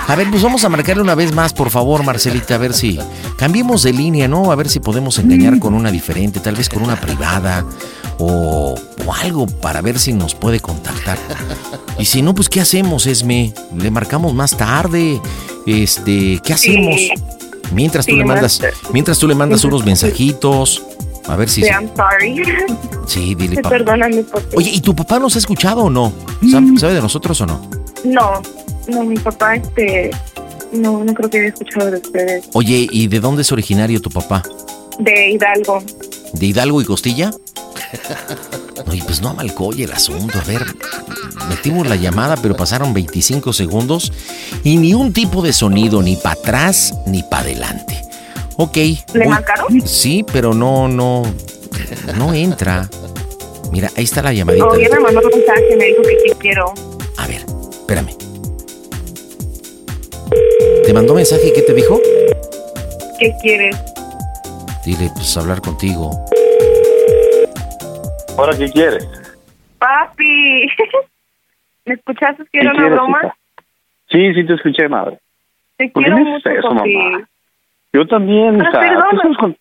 A ver, pues vamos a marcarle una vez más, por favor, Marcelita, a ver si... Cambiemos de línea, ¿no? A ver si podemos engañar con una diferente, tal vez con una privada o, o algo para ver si nos puede contactar. Y si no, pues ¿qué hacemos, Esme? ¿Le marcamos más tarde? Este, ¿qué hacemos? Sí. Mientras tú Sí, le más mandas, tarde. mientras tú le mandas unos mensajitos, a ver si Sí, I'm sorry. Sí, *laughs* dile Te papá. perdóname por Oye, ¿y tu papá nos ha escuchado o no? Mm. ¿Sabe, sabe de nosotros o no? No, no, mi papá, este, no, no creo que haya escuchado de ustedes. Oye, ¿y de dónde es originario tu papá? De Hidalgo. ¿De Hidalgo y *laughs* Costilla? Oye, pues no amalcoye el asunto. A ver, metimos la llamada, pero pasaron 25 segundos y ni un tipo de sonido, ni para atrás ni para adelante. Ok. ¿Le voy- marcaron? Sí, pero no, no, no entra. Mira, ahí está la llamadita. Oh, ya me mandó un mensaje, me dijo que sí quiero. Espérame. ¿Te mandó mensaje y qué te dijo? ¿Qué quieres? Dile, pues hablar contigo. ¿Ahora qué quieres? *laughs* Papi, ¿me escuchaste? ¿Qué ¿Quiero una quieres, broma? hija? Sí, sí te escuché, madre. Te ¿Por qué quiero me mucho, haces eso, *laughs* papi. mamá? Yo también, Pero hija. ¿Qué perdóname. estás con-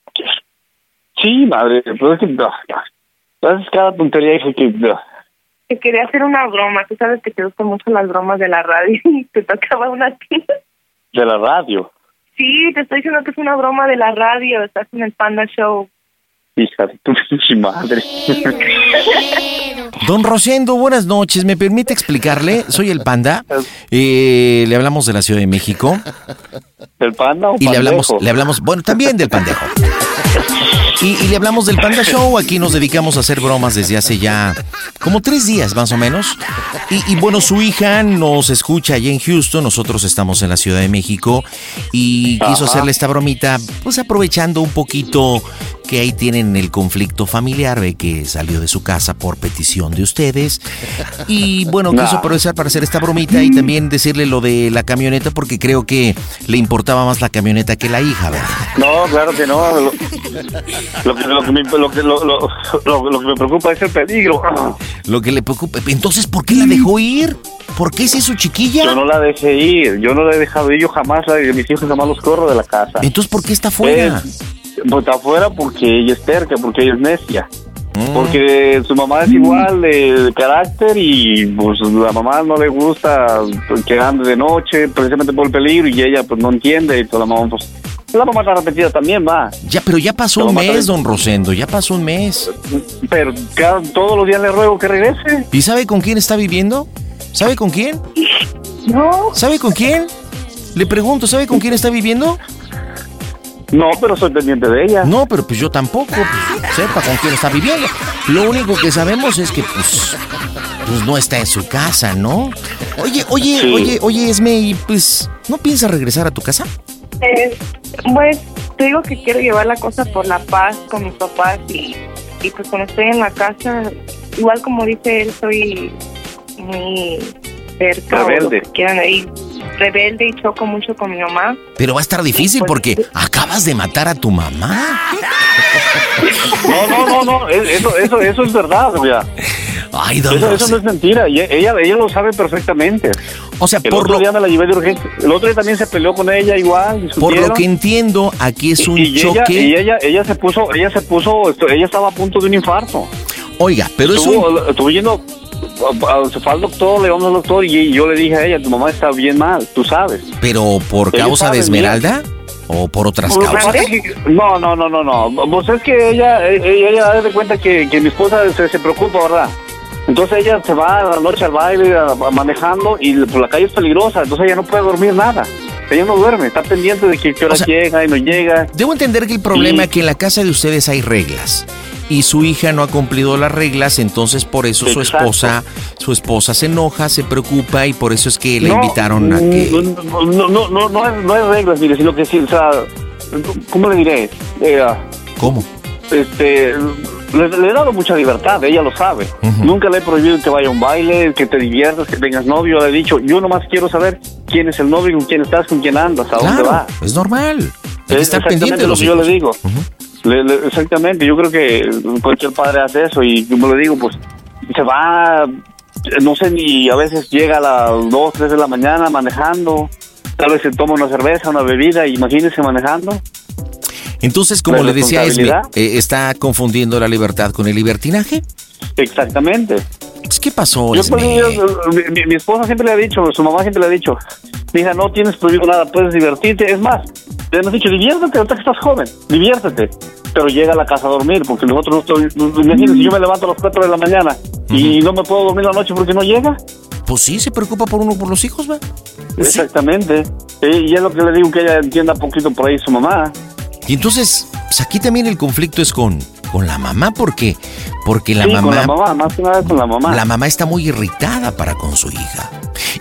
Sí, madre, pero es que... ah, ah, Haces cada tontería, hija, que... ah. Te quería hacer una broma. Tú sabes que te gustan mucho las bromas de la radio *laughs* y te tocaba una a ti. De la radio. Sí, te estoy diciendo que es una broma de la radio. Estás en el Panda Show. Hija de tu *laughs* pinche madre. Don Rosendo, buenas noches. ¿Me permite explicarle? Soy el panda. Eh, le hablamos de la Ciudad de México. ¿Del panda o Y le hablamos, pandejo? le hablamos, bueno, también del pandejo. Y, y le hablamos del Panda Show. Aquí nos dedicamos a hacer bromas desde hace ya como tres días más o menos. Y, y bueno, su hija nos escucha allá en Houston. Nosotros estamos en la Ciudad de México. Y Ajá. quiso hacerle esta bromita, pues aprovechando un poquito que ahí tienen el conflicto familiar. Ve que salió de su casa por petición de ustedes. Y bueno, quiso Nah. aprovechar para hacer esta bromita y también decirle lo de la camioneta, porque creo que le importaba más la camioneta que la hija, ¿verdad? No, claro que no. Lo, lo que, lo que me, lo que- lo- lo- lo- lo que me preocupa es el peligro. Lo que le preocupa. Entonces, ¿por qué la dejó ir? ¿Por qué si es su chiquilla? Yo no la dejé ir, yo no la he dejado ir, yo jamás, la, mis hijos jamás los corro de la casa. Entonces, ¿por qué está afuera? Es- pues, está afuera porque ella es terca, porque ella es necia. Mm. Porque su mamá es igual de, de carácter y pues la mamá no le gusta pues, que ande de noche precisamente por el peligro y ella pues no entiende y toda la mamá pues la mamá está arrepentida también va. Ya, pero ya pasó Lo un mataron. mes, don Rosendo, ya pasó un mes. Pero cada- todos los días le ruego que regrese. ¿Y sabe con quién está viviendo? ¿Sabe con quién? No. ¿Sabe con quién? Le pregunto, ¿sabe con quién está viviendo? No, pero soy pendiente de ella. No, pero pues yo tampoco, pues, sepa con quién está viviendo. Lo único que sabemos es que pues pues no está en su casa, ¿no? Oye, oye, Sí. oye, oye, Esme, y pues ¿no piensas regresar a tu casa? Eh, pues te digo que quiero llevar la cosa por la paz con mis papás y, y pues cuando estoy en la casa, igual como dice él, soy muy cerca o lo Rebelde. que quieran ahí, rebelde y choco mucho con mi mamá. Pero va a estar difícil porque acabas de matar a tu mamá. No, no, no, no, es- eso, eso, eso es verdad, mira. Ay, don eso, eso Rosendo. no es mentira, y e- ella, ella lo sabe perfectamente. O sea, el por otro lo- día me la llevé de urgencia. El otro día también se peleó con ella igual. Por discutieron. lo que entiendo, aquí es un y ella- choque. y ella, ella se puso, ella se puso, esto- ella estaba a punto de un infarto. Oiga, pero es estuvo, eh, estuvo yendo, a- a- se fue al doctor, le vamos al doctor y yo le dije a ella, tu mamá está bien mal, tú sabes. Pero por Ella causa sabe, de mira. Esmeralda o por otras Pues, causas. No, no, no, no, no. Pues es que ella, ella, ella da de cuenta que, que mi esposa se, se preocupa, ¿verdad? Entonces ella se va a la noche al baile a- a- manejando y por la calle es peligrosa, entonces ella no puede dormir nada. Ella no duerme, está pendiente de que qué hora llega y no llega. Debo entender que el problema es que en la casa de ustedes hay reglas y su hija no ha cumplido las reglas, entonces por eso su Exacto. esposa, su esposa se enoja, se preocupa y por eso es que la No, invitaron a que No, no, no, no, no, es, no es reglas, mire, sino que sí, o sea, ¿cómo le diré? Eh, ¿Cómo? Este, le, le he dado mucha libertad, ella lo sabe. Nunca le he prohibido que vaya a un baile, que te diviertas, que tengas novio. Le he dicho, yo nomás quiero saber quién es el novio, con quién estás, con quién andas, a dónde Claro, vas. es normal. Hay que Es estar exactamente pendiente de lo los que yo hijos. le digo. Le- le- exactamente, yo creo que cualquier padre hace eso y como le digo, pues se va, no sé, ni a veces llega a las 2, 3 de la mañana manejando, tal vez se toma una cerveza, una bebida, imagínese manejando. Entonces, como ¿La le decía Esme, responsabilidad? eh, está confundiendo la libertad con el libertinaje. Exactamente. Pues, ¿Qué pasó, Yo, Esme? pues, yo- mi, mi- mi esposa siempre le ha dicho, su mamá siempre le ha dicho, mija, no tienes prohibido nada, puedes divertirte. Es más, le hemos dicho, diviértete ahorita que estás joven, diviértete. Pero llega a la casa a dormir, porque nosotros, no estoy- imagínense, yo me levanto a las 4 de la mañana y no me puedo dormir la noche porque no llega. Pues sí, se preocupa por uno, por los hijos, ¿va? Exactamente. Eh, Y es lo que le digo, que ella entienda poquito por ahí su mamá. Y entonces, pues aquí también el conflicto es con, con la mamá, porque, porque la Sí, mamá. con la mamá, más que nada con la mamá. La mamá está muy irritada para con su hija.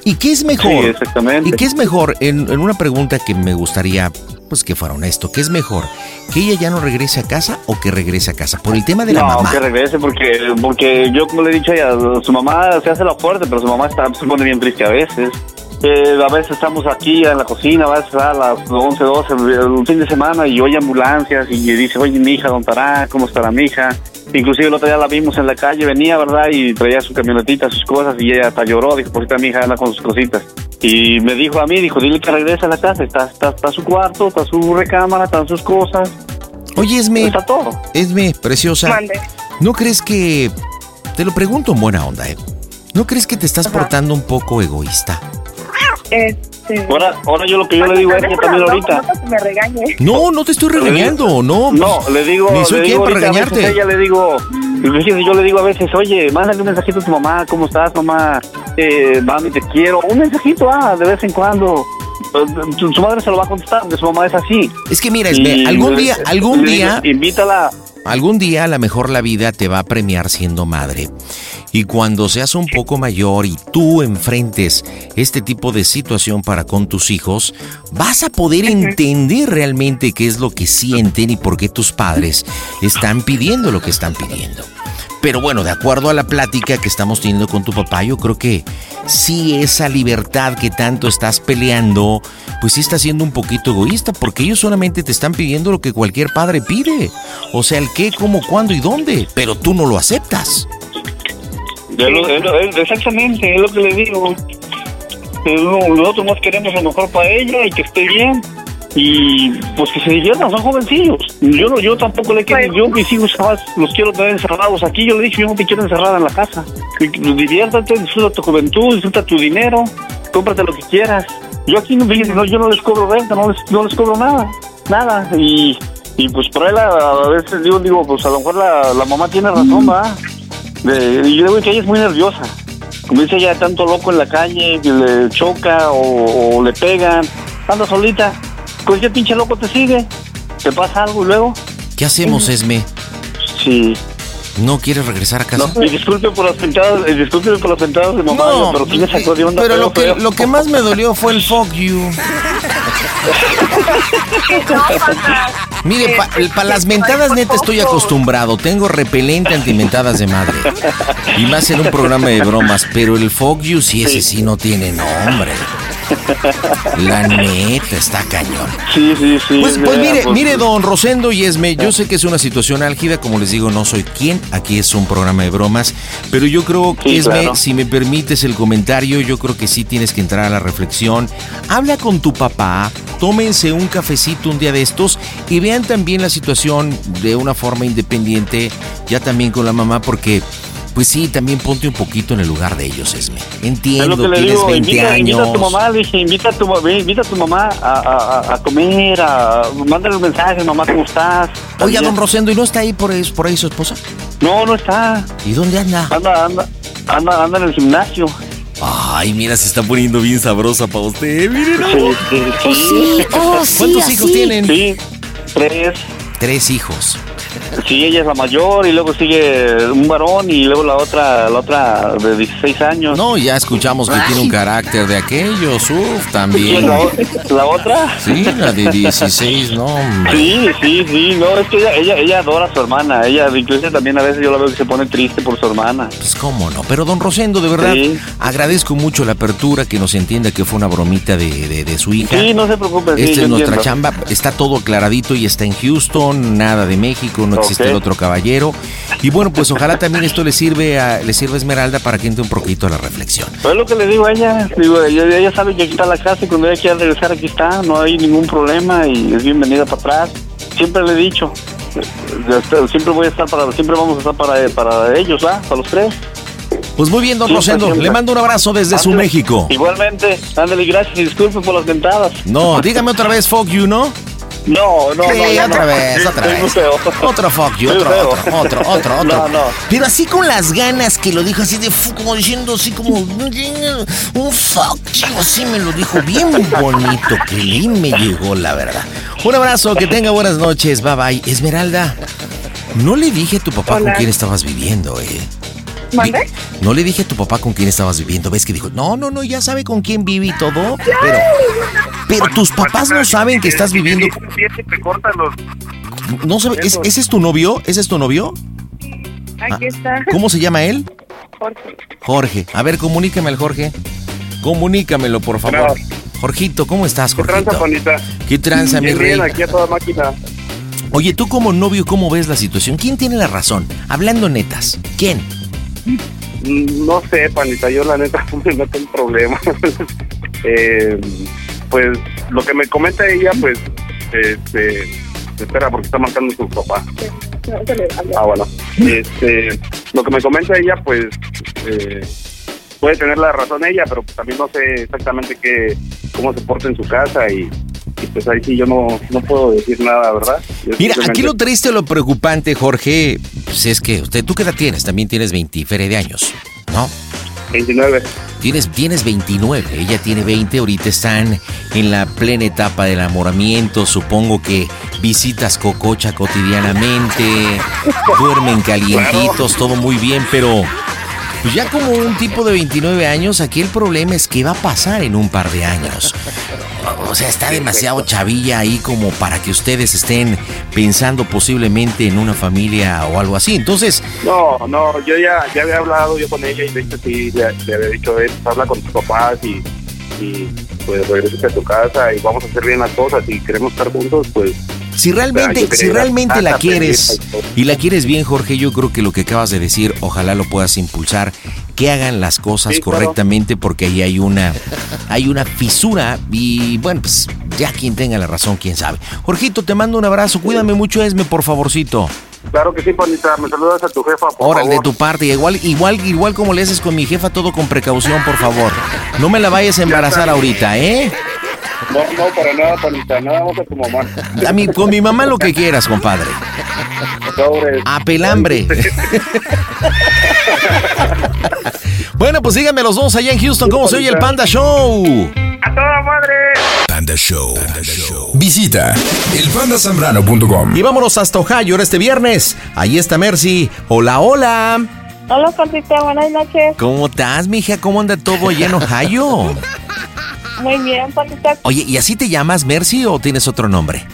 ¿Y qué es mejor? Sí, exactamente. ¿Y qué es mejor? En, en una pregunta que me gustaría pues que fuera honesto, ¿qué es mejor? ¿Que ella ya no regrese a casa o que regrese a casa? Por el tema de la no, mamá. que regrese porque, porque yo como le he dicho a ella, su mamá se hace la fuerte, pero su mamá está, se pone bien triste a veces. Eh, a veces estamos aquí en la cocina, a veces a las 11, 12, un fin de semana y oye ambulancias y dice, oye, mi hija, ¿dónde estará? ¿Cómo estará mi hija? Inclusive el otro día la vimos en la calle, venía, ¿verdad? Y traía su camionetita, sus cosas y ella hasta lloró, dijo, por mi hija anda con sus cositas. Y me dijo a mí, dijo, dile que regrese a la casa, está, está, está su cuarto, está su recámara, están sus cosas. Oye, Esme. Está todo. Esme, preciosa. Mande. ¿No crees que... Te lo pregunto en buena onda, ¿eh? ¿No crees que te estás portando un poco egoísta? Eh, Ahora, ahora yo lo que yo le digo a ella también ahorita. Este, Me regañe. No, no te estoy Le digo- regañando, no. pues, No, le digo. Ni soy le quien digo para ahorita a veces regañarte. a ella le digo. fíjese, Yo le digo a veces, oye, mándale un mensajito a tu mamá, ¿cómo estás, mamá? Eh, mami, te quiero. Un mensajito, ah, de vez en cuando. Eh, Su, su madre se lo va a contestar, porque su mamá es así. Es que mira, Esme, algún día- algún día- invítala. Algún día a lo mejor la vida te va a premiar siendo madre. Y cuando seas un poco mayor y tú enfrentes este tipo de situación para con tus hijos, vas a poder entender realmente qué es lo que sienten y por qué tus padres están pidiendo lo que están pidiendo. Pero bueno, de acuerdo a la plática que estamos teniendo con tu papá, yo creo que sí esa libertad que tanto estás peleando, pues sí está siendo un poquito egoísta, porque ellos solamente te están pidiendo lo que cualquier padre pide. O sea, el qué, cómo, cuándo y dónde, pero tú no lo aceptas. Ya lo- es lo- es- exactamente, es lo que le digo. Es lo- Nosotros más queremos lo mejor para ella y que esté bien. Y pues que se diviertan, son jovencillos. Yo no, yo tampoco le quiero, yo mis hijos jamás los quiero tener encerrados aquí. Yo le dije, yo no te quiero encerrada en la casa. Y que- pues, Diviértete, disfruta tu juventud, disfruta tu dinero, cómprate lo que quieras. Yo aquí no, fíjense, no, yo no les cobro renta, no les, no les cobro nada, nada. Y, y pues por ahí la- a veces digo, digo, pues a lo mejor la, la mamá tiene razón, ¿verdad? De- y yo digo que ella es muy nerviosa. Como dice ella, tanto loco en la calle, que le choca o, o le pegan. Anda solita. Cualquier pinche loco te sigue. Te pasa algo y luego. ¿Qué hacemos, Esme? Sí. ¿No quieres regresar a casa? No, y disculpe por las pentadas, eh, disculpe por las pentadas de mamá, No, pero sí me sacó de onda. pero lo que- feo. lo que más me dolió fue el fuck you. Mire, para las mentadas neta estoy acostumbrado. Tengo repelente antimentadas de madre. Y más en un programa de bromas. Pero el fuck you sí, ese sí no tiene nombre. La neta está cañón. Sí, sí, sí. Pues, es pues verdad, mire, pues, mire, don Rosendo y Esme, Eh, yo sé que es una situación álgida, como les digo, no soy quien, aquí es un programa de bromas, pero yo creo que, Sí, Esme, claro. si me permites el comentario, yo creo que sí tienes que entrar a la reflexión. Habla con tu papá, tómense un cafecito un día de estos y vean también la situación de una forma independiente, ya también con la mamá, porque... Pues sí, también ponte un poquito en el lugar de ellos, Esme. Es lo Entiendo, que le tienes digo, 20 invita, años. invita a tu mamá, le dije, invita a tu, ma- ve, invita a tu mamá a, a- a- a comer, a, mándale un mensaje, mamá, ¿cómo estás? Oiga, También. don Rosendo, ¿y no está ahí por ahí, por ahí su esposa? No, no está. ¿Y dónde anda? Anda, anda, anda, anda en el gimnasio. Ay, mira, se está poniendo bien sabrosa para usted. eh, Miren, Sí, sí. Oh, sí, ¿Cuántos hijos así. tienen? Sí, tres. Tres hijos. Sí, ella es la mayor y luego sigue un varón y luego la otra, la otra de 16 años. No, ya escuchamos que tiene un carácter de aquellos. Uf, también. La, o- la otra? *laughs* Sí, la de 16, no, hombre. Sí, sí, sí, no, es que ella, ella, ella adora a su hermana, ella incluso también a veces yo la veo que se pone triste por su hermana. Pues cómo no. Pero, don Rosendo, de verdad, Sí. agradezco mucho la apertura, que nos entienda que fue una bromita de, de- de su hija. Sí, no se preocupe, sí, Esta yo es nuestra entiendo. chamba, está todo aclaradito y está en Houston, nada de México, no existe Ok. el otro caballero. Y bueno, pues ojalá también esto le sirve a, le sirve a Esmeralda para que entre un poquito a la reflexión. Pero Pues es lo que le digo a ella, digo, ella, ella sabe que aquí está la casa y cuando ella quiera regresar aquí está, no hay ningún problema y es bienvenida para atrás. Siempre le he dicho, eh, eh, siempre voy a estar para, siempre vamos a estar para, para ellos, ¿va? Para los tres. Pues muy bien, don Siempre, Rosendo, siempre. le mando un abrazo desde su Ándale. México. Igualmente, ándale, gracias y disculpe por las mentadas. No, dígame otra vez, fuck you, ¿no? No, no, Sí, no, no, otra no. vez, Sí, otra soy muy vez. feo. Otro fuck you, Soy otro, feo. otro, otro, otro, *laughs* otro. No, no. Pero así con las ganas que lo dijo, así de fu- como diciendo, así como un oh, fuck you, así me lo dijo bien bonito, que ni me llegó, la verdad. Un abrazo, que tenga buenas noches, bye bye. Esmeralda, no le dije a tu papá con Hola. quién estabas viviendo, eh. ¿Mande? No le dije a tu papá con quién estabas viviendo. ¿Ves que dijo? No, no, no, ya sabe con quién vive y todo. Pero, pero tus papás no saben que estás viviendo. te cortan los. No sabe, ¿es- ¿Ese es tu novio? ¿Ese es tu novio? Aquí está. Ah, ¿Cómo se llama él? Jorge. Jorge. A ver, comunícame al Jorge. Comunícamelo, por favor. Jorgito, ¿cómo estás, Jorgito? ¿Qué tranza, mi Bien, bien, rey? aquí a toda máquina. Oye, tú como novio, ¿cómo ves la situación? ¿Quién tiene la razón? Hablando netas, ¿quién? Mm, No sé, panita, yo la neta *laughs* no tengo problema. *laughs* Eh, pues lo que me comenta ella, pues, este, espera, porque está marcando su papá. Ah, bueno. Este, lo que me comenta ella, pues, eh, puede tener la razón ella, pero también no sé exactamente qué, cómo se porta en su casa y, y pues ahí sí yo no, no puedo decir nada, ¿verdad? Yo Mira, aquí simplemente- lo triste, lo preocupante, Jorge, pues es que usted, ¿tú qué edad tienes? También tienes 20 feria de años, ¿no? 29. Tienes, tienes 29, ella tiene 20, ahorita están en la plena etapa del enamoramiento, supongo que visitas Cococha cotidianamente, duermen calientitos, todo muy bien, pero pues ya como un tipo de 29 años, aquí el problema es qué va a pasar en un par de años. O sea, está demasiado chavilla ahí como para que ustedes estén pensando posiblemente en una familia o algo así. Entonces, No, no, yo ya, ya había hablado yo con ella y de hecho sí, le, le había dicho, "Ven, habla con tus papás y, y pues regresate a tu casa y vamos a hacer bien las cosas y queremos estar juntos, pues... Si realmente, si realmente la quieres y la quieres bien, Jorge, yo creo que lo que acabas de decir, ojalá lo puedas impulsar, que hagan las cosas Sí, claro. correctamente, porque ahí hay una, hay una fisura y bueno, pues ya quien tenga la razón, quién sabe. Jorgito, te mando un abrazo, cuídame mucho, Esme, por favorcito. Claro que sí, Panita, me saludas a tu jefa, por Ahora, de favor. tu parte, igual, igual, igual como le haces con mi jefa, todo con precaución, por favor. No me la vayas a embarazar ahorita, ¿eh? No, no, para nada, Panita, nada más a tu mamá. A mí- con mi mamá lo que quieras, compadre. Sobre. A pelambre. *laughs* bueno, pues síganme los dos allá en Houston. ¿Cómo se oye el Panda Show? Panda Show. Panda Show. Visita elpandasambrano.com. Y vámonos hasta Ohio ahora este viernes. Ahí está Mercy. Hola, hola. Hola, Cortita, buenas noches. ¿Cómo estás, mija? ¿Cómo anda todo allá en Ohio? Muy bien, Cortita. Oye, ¿y así te llamas Mercy o tienes otro nombre?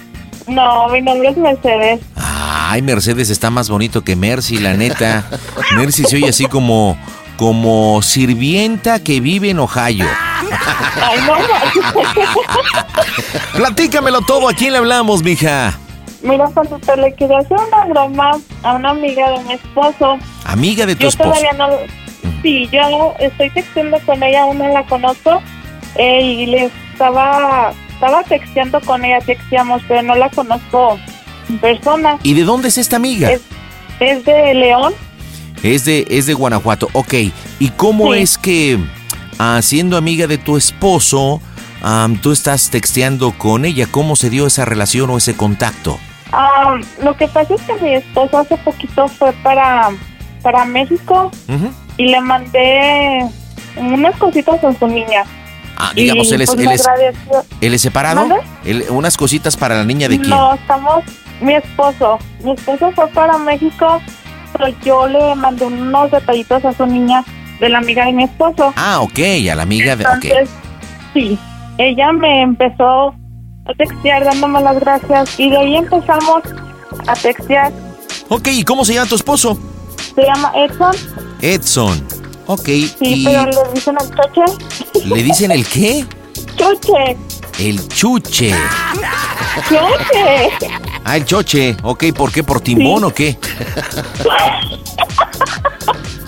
No, mi nombre es Mercedes. Ay, Mercedes está más bonito que Mercy, la *laughs* neta. Mercy se oye así como, como sirvienta que vive en Ohio. Ay, no. *laughs* Platícamelo todo. ¿A quién le hablamos, mija? Mira, Cortita, le quiero hacer una broma a una amiga de mi esposo. Amiga de tu yo esposo. todavía no... Sí, yo estoy texteando con ella, aún no la conozco. eh, y le estaba... Estaba texteando con ella, texteamos, pero no la conozco en persona. ¿Y de dónde es esta amiga? Es, es de León. Es de, es de Guanajuato. Ok. ¿Y cómo Sí. es que, ah, siendo amiga de tu esposo, am, tú estás texteando con ella? ¿Cómo se dio esa relación o ese contacto? Ah, lo que pasa es que mi esposo hace poquito fue para, para México y le mandé unas cositas a su niña. Ah, digamos, Y, él es, pues, él me es, agradeció. él es separado. ¿Mande? Él- unas cositas para la niña de quién. No, estamos, mi esposo, mi esposo fue para México, pero yo le mandé unos detallitos a su niña de la amiga de mi esposo. Ah, ok, a la amiga de. ok. Entonces, sí, ella me empezó a textear dándome las gracias y de ahí empezamos a textear. Ok, ¿y cómo se llama tu esposo? Se llama Edson, Edson. Ok, sí, y pero le dicen al choche. le dicen el qué? Choche, El *laughs* chuche. choche. *laughs* Ah, el choche. Ok, ¿por qué? ¿Por timbón o qué? *laughs*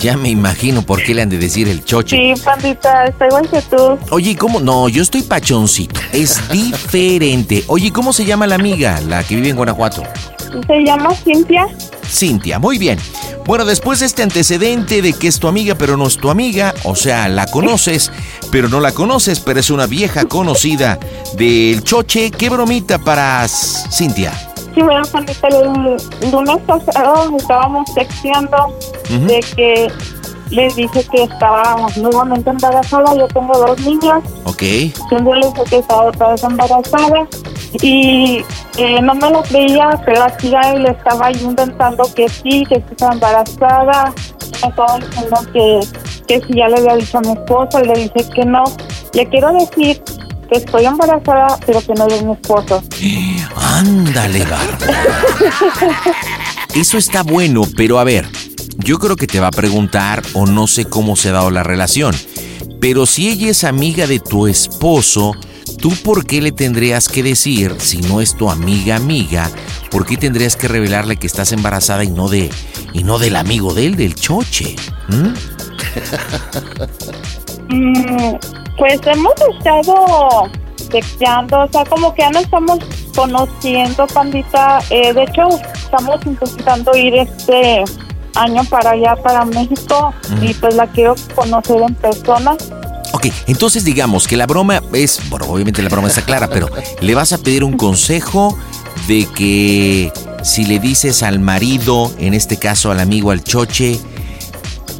ya me imagino por qué le han de decir el choche. Sí, pandita, está igual que tú. Oye, ¿y ¿cómo? No, yo estoy pachoncito. Es *laughs* diferente. Oye, ¿cómo se llama la amiga, la que vive en Guanajuato? Se llama Cintia. Cintia, muy bien. Bueno, después de este antecedente de que es tu amiga, pero no es tu amiga, o sea, la conoces, pero no la conoces, pero es una vieja conocida del choche, ¿qué bromita para S- Cintia? Sí, bueno, pandita, el lunes pasado estábamos texteando Ujú. de que les dije que estaba nuevamente embarazada. Yo tengo dos niñas. Ok. Siempre les dije que estaba otra vez embarazada. Y eh, no me lo creía, pero así a él estaba yo inventando que sí, que sí estaba embarazada. Me estaba diciendo que, que si ya le había dicho a mi esposo, le dije que no. Le quiero decir que estoy embarazada, pero que no es mi esposo. Ándale, Bárbara. Eso está bueno, pero a ver, yo creo que te va a preguntar o no sé cómo se ha dado la relación. Pero si ella es amiga de tu esposo, ¿tú por qué le tendrías que decir, si no es tu amiga amiga, por qué tendrías que revelarle que estás embarazada y no de y no del amigo de él, del choche? ¿Mm? Mm, pues hemos estado texteando, o sea, como que ya nos estamos conociendo, pandita. Eh, de hecho, estamos intentando ir este año para allá, para México, y pues la quiero conocer en persona. Ok, entonces digamos que la broma es, bueno, obviamente la broma está clara, pero le vas a pedir un consejo de que si le dices al marido, en este caso al amigo, al choche,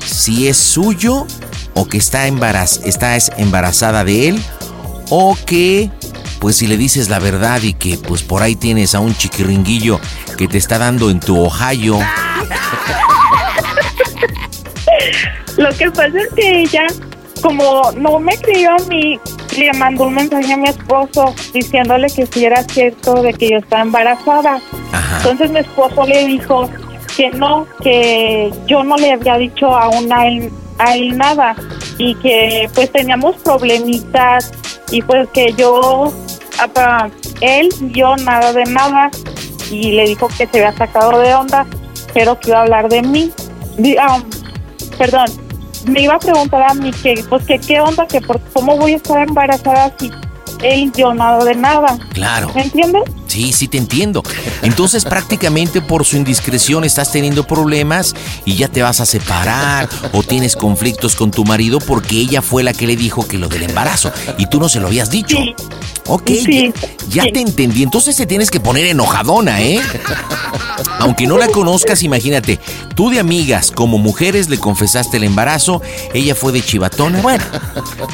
si es suyo o que está, embaraz está es- embarazada de él o que pues si le dices la verdad y que pues por ahí tienes a un chiquiringuillo que te está dando en tu Ohio. Lo que pasa es que ella, como no me creyó a mí, le mandó un mensaje a mi esposo diciéndole que si era cierto de que yo estaba embarazada. Entonces mi esposo le dijo que no, que yo no le había dicho aún a él, a él nada y que pues teníamos problemitas y pues que yo, apa, él, yo nada de nada y le dijo que se había sacado de onda, pero que iba a hablar de mí. Di- ah, perdón, me iba a preguntar a mí que, pues que qué onda, que por cómo voy a estar embarazada si él yo nada de nada. Claro. ¿Me entiendes? Sí, sí te entiendo. Entonces prácticamente por su indiscreción estás teniendo problemas y ya te vas a separar o tienes conflictos con tu marido porque ella fue la que le dijo que lo del embarazo y tú no se lo habías dicho. Ok, ya, ya te entendí. Entonces te tienes que poner enojadona, ¿eh? Aunque no la conozcas, imagínate, tú de amigas como mujeres le confesaste el embarazo, ella fue de chivatona, bueno,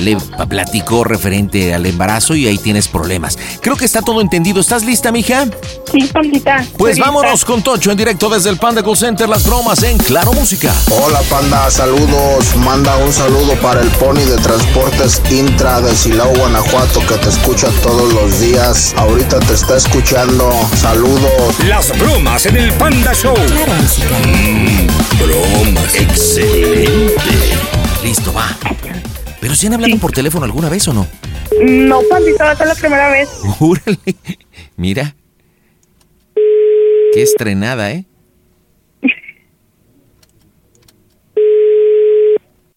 le pa- platicó referente al embarazo y ahí tienes problemas. Creo que está todo entendido. ¿Estás lista, mija? Sí, pandita. Pues vámonos con Tocho en directo desde el Panda Call Center, las bromas en Claro Música. Hola panda, saludos. Manda un saludo para el pony de transportes Intra de Silao, Guanajuato, que te escucha todos los días. Ahorita te está escuchando. Saludos. Las bromas en el Panda Show. Mm, bromas. Excelente. Listo, va. Pero si han hablado por teléfono alguna vez o no? No, pandita, va a ser la primera vez. *laughs* Júrale. Mira. Qué estrenada, ¿eh?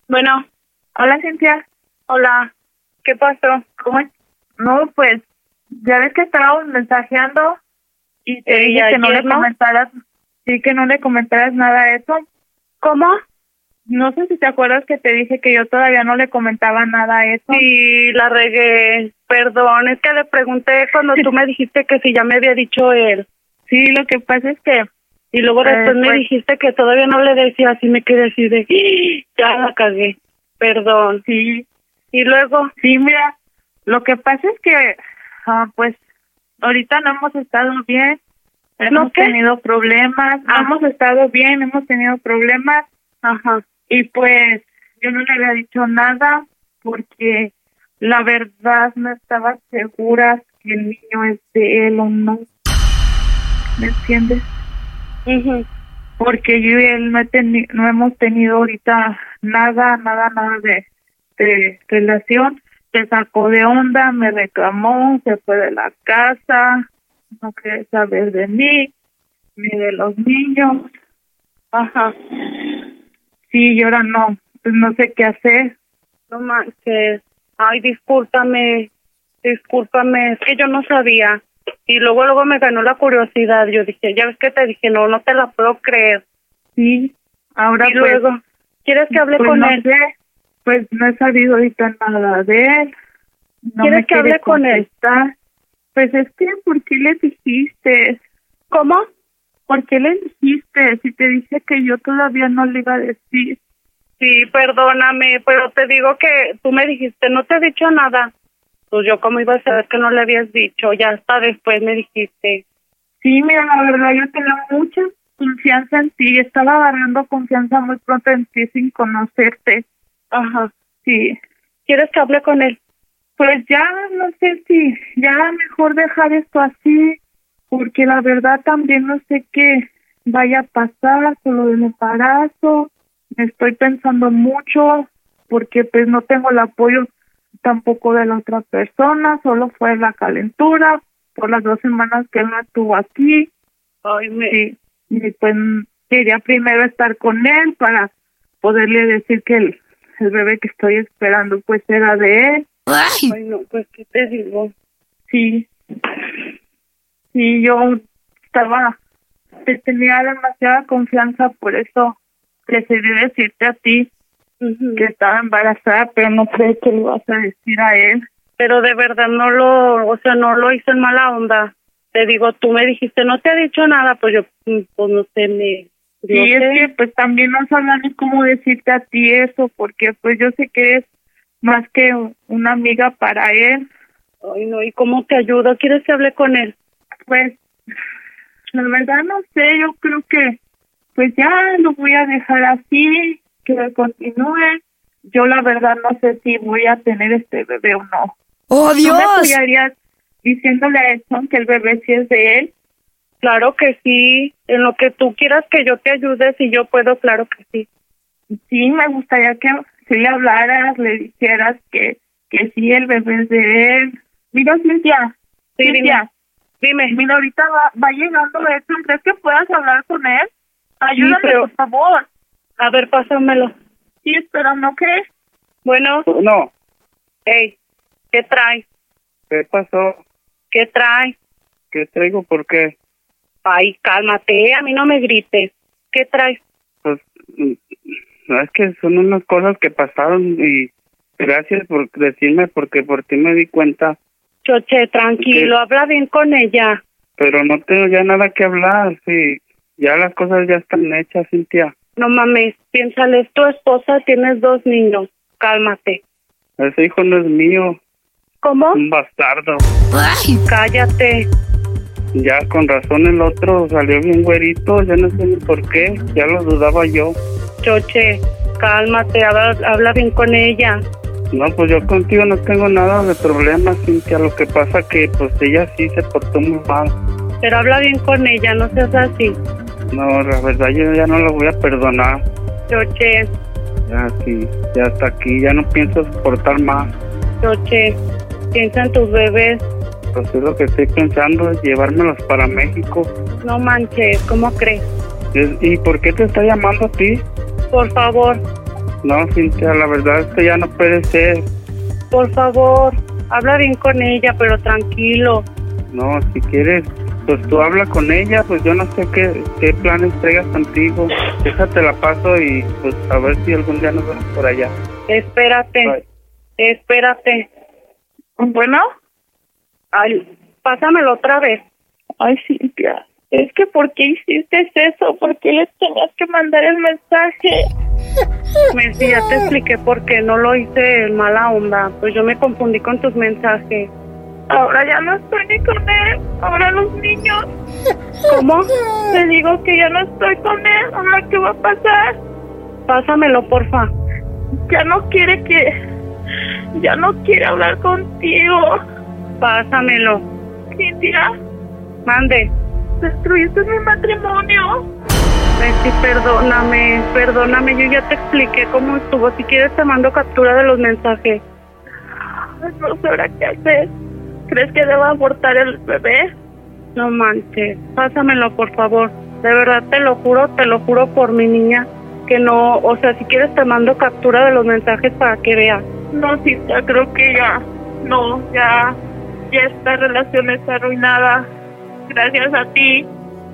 Bueno, hola Cintia. Hola. ¿Qué pasó? ¿Cómo es? No, pues ya ves que estábamos mensajeando y te Eh, dije y que no le ayer, ¿no? comentaras, sí que no le comentaras nada a eso. ¿Cómo? No sé si te acuerdas que te dije que yo todavía no le comentaba nada a eso. Sí, la regué. Perdón, es que le pregunté cuando *laughs* tú me dijiste que si ya me había dicho él. Sí, lo que pasa es que... Y luego Eh, después me pues- dijiste que todavía no le decía, así me quedé así de... "Ah, Ya la cagué. Perdón. Sí. Y luego... Sí, mira, lo que pasa es que, ah, pues, ahorita no hemos estado bien, hemos qué? Ah. tenido problemas, no hemos estado bien, hemos tenido problemas, ajá, y pues yo no le había dicho nada porque la verdad no estaba segura que el niño es de él o no, ¿me entiendes? Porque yo y él no, he teni- no hemos tenido ahorita nada, nada, nada de, de relación. Se sacó de onda, me reclamó, se fue de la casa, no quiere saber de mí, ni de los niños. Ajá. *laughs* Sí, y ahora no, pues no sé qué hacer. No manches. Ay, discúlpame. Discúlpame, es que yo no sabía. Y luego, luego me ganó la curiosidad. Yo dije, ya ves que te dije, no, no te la puedo creer. Sí, ahora y pues, luego, ¿quieres que hable pues con no él? sé, pues no he sabido ahorita nada de él. No ¿Quieres me que hable quiere con él? contestar. Pues es que, ¿por qué le dijiste? ¿Cómo? ¿Por qué le dijiste? Si te dije que yo todavía no le iba a decir. Sí, perdóname, pues, pero te digo que tú me dijiste, no te he dicho nada. Pues yo, ¿cómo iba a saber que no le habías dicho? Ya hasta después me dijiste. Sí, mira, la verdad yo tenía mucha confianza en ti. Estaba agarrando confianza muy pronto en ti sin conocerte. Ajá. Sí. ¿Quieres que hable con él? Pues ya, no sé si ya mejor dejar esto así, porque la verdad también no sé qué vaya a pasar con lo del embarazo. Me estoy pensando mucho porque pues no tengo el apoyo tampoco de la otra persona, solo fue la calentura por las dos semanas que él no estuvo aquí. Ay, me... Sí, y pues quería primero estar con él para poderle decir que el, el bebé que estoy esperando pues era de él. Ay, no, pues, ¿qué te digo? Sí. Sí, yo estaba, te tenía demasiada confianza, por eso decidí decirte a ti que estaba embarazada, pero no creí que le ibas a decir a él. Pero de verdad no lo, o sea, no lo hice en mala onda. Te digo, tú me dijiste, no te ha dicho nada, pues yo, mm, pues no sé, me... Sí, es que pues también no sabemos cómo decirte a ti eso, porque pues yo sé que es más que una amiga para él. Ay, no, ¿y cómo te ayudo? ¿Quieres que hable con él? Pues, la verdad no sé, yo creo que pues ya lo voy a dejar así, que continúe. Yo la verdad no sé si voy a tener este bebé o no. ¡Oh, ¿Tú me Dios! apoyarías diciéndole a Edson que el bebé sí es de él? Claro que sí, en lo que tú quieras que yo te ayude, si yo puedo, claro que sí. Sí, me gustaría que si le hablaras, le dijeras que, que sí, el bebé es de él. Mira, Cintia, Sí, dime. Cintia, dime. Mira, ahorita va, va llegando Edson, ¿crees que puedas hablar con él? Ayúdame, pero- por favor. A ver, pásamelo. Sí, espérame, ¿ok? Bueno, No, hey, ¿qué traes? ¿qué pasó? ¿Qué traes? ¿Qué traigo? ¿Por qué? Ay, cálmate, a mí no me grites. ¿Qué traes? Pues mm, es que son unas cosas que pasaron y gracias por decirme porque por ti me di cuenta, Choche, tranquilo, ¿Qué? habla bien con ella. pero no tengo ya nada que hablar, sí, ya las cosas ya están hechas, Cintia. No mames, piénsale, es tu esposa, tienes dos niños. Cálmate. Ese hijo no es mío, ¿Cómo? un bastardo. Cállate. Ya con razón el otro salió bien güerito, ya no sé ni por qué, ya lo dudaba yo. Choche, cálmate, habla, habla bien con ella. No, pues yo contigo no tengo nada de problema, Cintia, lo que pasa que pues ella sí se portó muy mal. Pero habla bien con ella, no seas así. No, la verdad yo ya no la voy a perdonar. Choche, Ya sí, ya hasta aquí, ya no pienso soportar más. choche, piensa en tus bebés. Pues es lo que estoy pensando, es llevármelos para México. No manches, ¿cómo crees? Es- ¿Y por qué te está llamando a ti? Por favor, No, Cintia, la verdad esto ya no puede ser. por favor, habla bien con ella, pero tranquilo. No, si quieres, pues tú habla con ella, pues yo no sé qué, qué planes traigas contigo. Déjate la paso y pues a ver si algún día nos vemos por allá. Espérate, espérate. Bueno, ay, pásamelo otra vez. Ay, Cintia, es que ¿por qué hiciste eso? ¿Por qué le tenías que mandar el mensaje? Messi, ya te expliqué por qué no lo hice en mala onda. Pues yo me confundí con tus mensajes. Ahora ya no estoy ni con él, ahora los niños. ¿Cómo? Te digo que ya no estoy con él, ahora qué va a pasar. Pásamelo, porfa. Ya no quiere que... Ya no quiere hablar contigo. Pásamelo. Cintia, Mande. destruiste mi matrimonio. Messi, perdóname, perdóname. Yo ya te expliqué cómo estuvo. Si quieres, te mando captura de los mensajes. Ay, No sabrá qué hacer. ¿Crees que deba abortar el bebé? No manches. Pásamelo, por favor. De verdad, te lo juro, te lo juro por mi niña. Que no, o sea, si quieres, te mando captura de los mensajes para que veas. No, Cintia, creo que ya. No, ya. Ya esta relación está arruinada. Gracias a ti.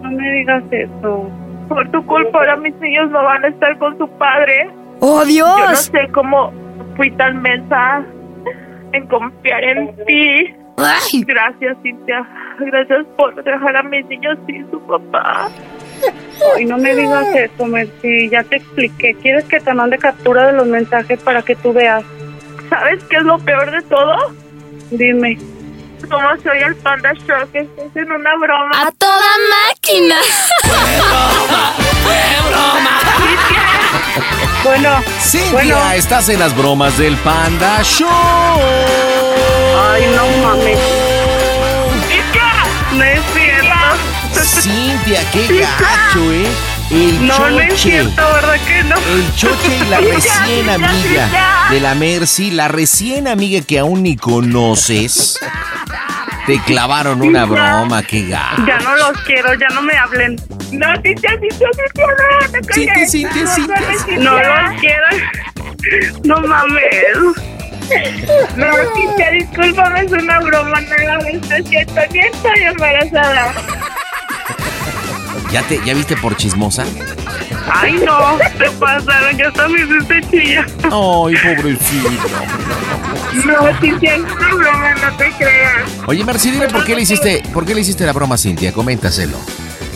No me digas eso. Por tu culpa, ahora mis niños no van a estar con su padre. ¡Oh, Dios! Yo no sé cómo fui tan mensa en confiar en ti. Gracias, Cintia. Gracias por dejar a mis niños sin su papá. Ay, no me digas eso, Messi. Ya te expliqué. ¿Quieres que te mande captura de los mensajes para que tú veas? ¿Sabes qué es lo peor de todo? Dime. Como soy el panda shock, estás en una broma. ¡A toda máquina! Bueno, Cintia, bueno. estás en las bromas del Panda Show. Ay, no mames. No es cierto. Cintia, qué gacho, ¿eh? El No, no es choche. cierto, ¿verdad que no? El choche y la *laughs* Ya, recién ya, amiga ya. de la Mercy, la recién amiga que aún ni conoces, te clavaron una broma, qué gacho. Ya no los quiero, ya no me hablen. No, Cintia, Cintia, Cintia, no, no te Cintia, calles. Cintia, No, Cintia, no, Cintia. No los quiero. No mames. No, Cintia, discúlpame, es una broma, no era esto, es cierto, ni estoy embarazada. ¿Ya, te, ¿Ya viste por chismosa? Ay, no, te pasaron, ya hasta me hiciste chilla. Ay, pobrecito. No, Cintia, es una broma, no te creas. Oye, Mercy, dime por qué le hiciste, por qué le hiciste la broma a Cintia, coméntaselo.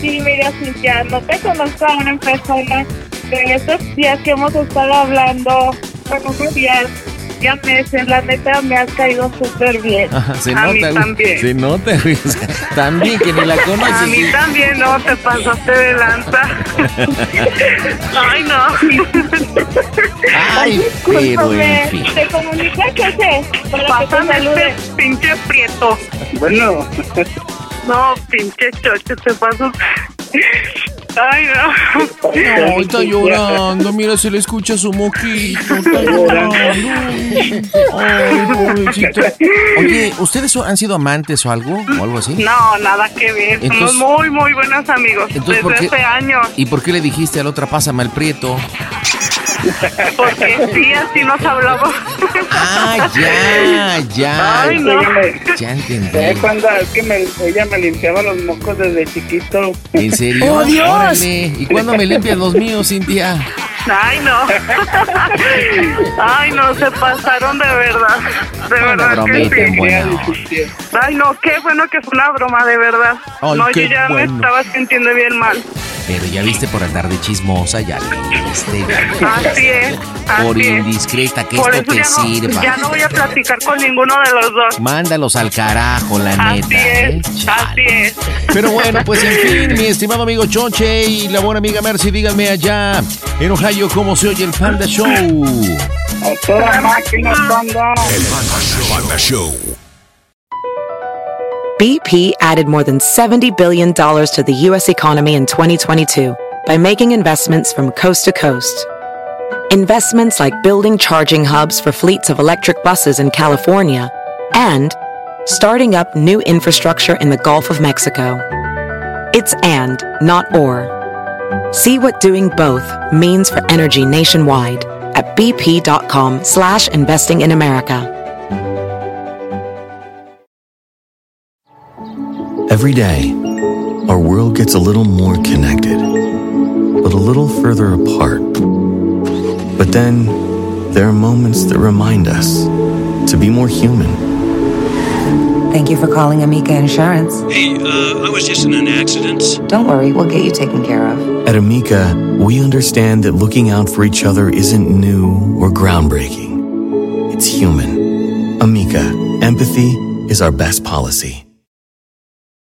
Sí, mira, Cintia, no te conozco ahora en persona, pero en estos días que hemos estado hablando, bueno, unos días, ya meses, la neta me has caído súper *laughs* bien. Ajá, Ah, se A nota, mí güey. también. Se nota, güey. O sea, También *laughs* que ni la conoces. A mí sí. también, no, te pasaste de lanza. *laughs* Ay, no. Ay, pero en fin. ¿Te comunicas qué haces? Pásame este pinche prieto. Bueno, No, pinche chocho, te pasas. Ay, no. Ay, está llorando, mira, se le escucha su moquito, está llorando. Ay, pobrecito. Oye, ¿ustedes son- han sido amantes o algo? ¿O algo así? No, nada que ver. Somos Entonces- muy, muy buenos amigos Entonces, ¿por desde qué- hace años. ¿Y por qué le dijiste a la otra pásame al prieto? Porque sí, así nos hablamos. Ah, ya, ya. Ay, no. Ya entendí. ¿sabes cuándo? Es que me- ella me limpiaba los mocos desde chiquito. ¿En serio? ¡Oh, Dios! Órale. ¿Y cuándo me limpias los míos, Cintia? Ay, *laughs* no. Ay, no, se pasaron de verdad. De Una verdad que bromita en sí. buena hora. Ay, no, qué bueno que fue una broma, de verdad. Ay, no, qué yo ya bueno. me estaba sintiendo bien mal. Pero ya viste por andar de chismosa, ya le diste, ya le Así diste. es, así Por es. indiscreta, que Por esto te eso ya no, sirva. ya no voy a platicar con ninguno de los dos. Mándalos al carajo, la neta. Así ¿eh? es, así es. Pero bueno, pues en fin, mi estimado amigo Choche y la buena amiga Mercy, díganme allá en Ohio cómo se oye el Panda Show. Toda máquina, banda. Panda Show. BP added more than $70 billion to the U.S. economy in 2022 by making investments from coast to coast. Investments like building charging hubs for fleets of electric buses in California and starting up new infrastructure in the Gulf of Mexico. It's and, not or. See what doing both means for energy nationwide at bp.com slash investing in America. *laughs* Every day, our world gets a little more connected, but a little further apart. But then, there are moments that remind us to be more human. Thank you for calling Amica Insurance. Hey, uh, I was just in an accident. Don't worry, we'll get you taken care of. At Amica, we understand that looking out for each other isn't new or groundbreaking, it's human. Amica, empathy is our best policy.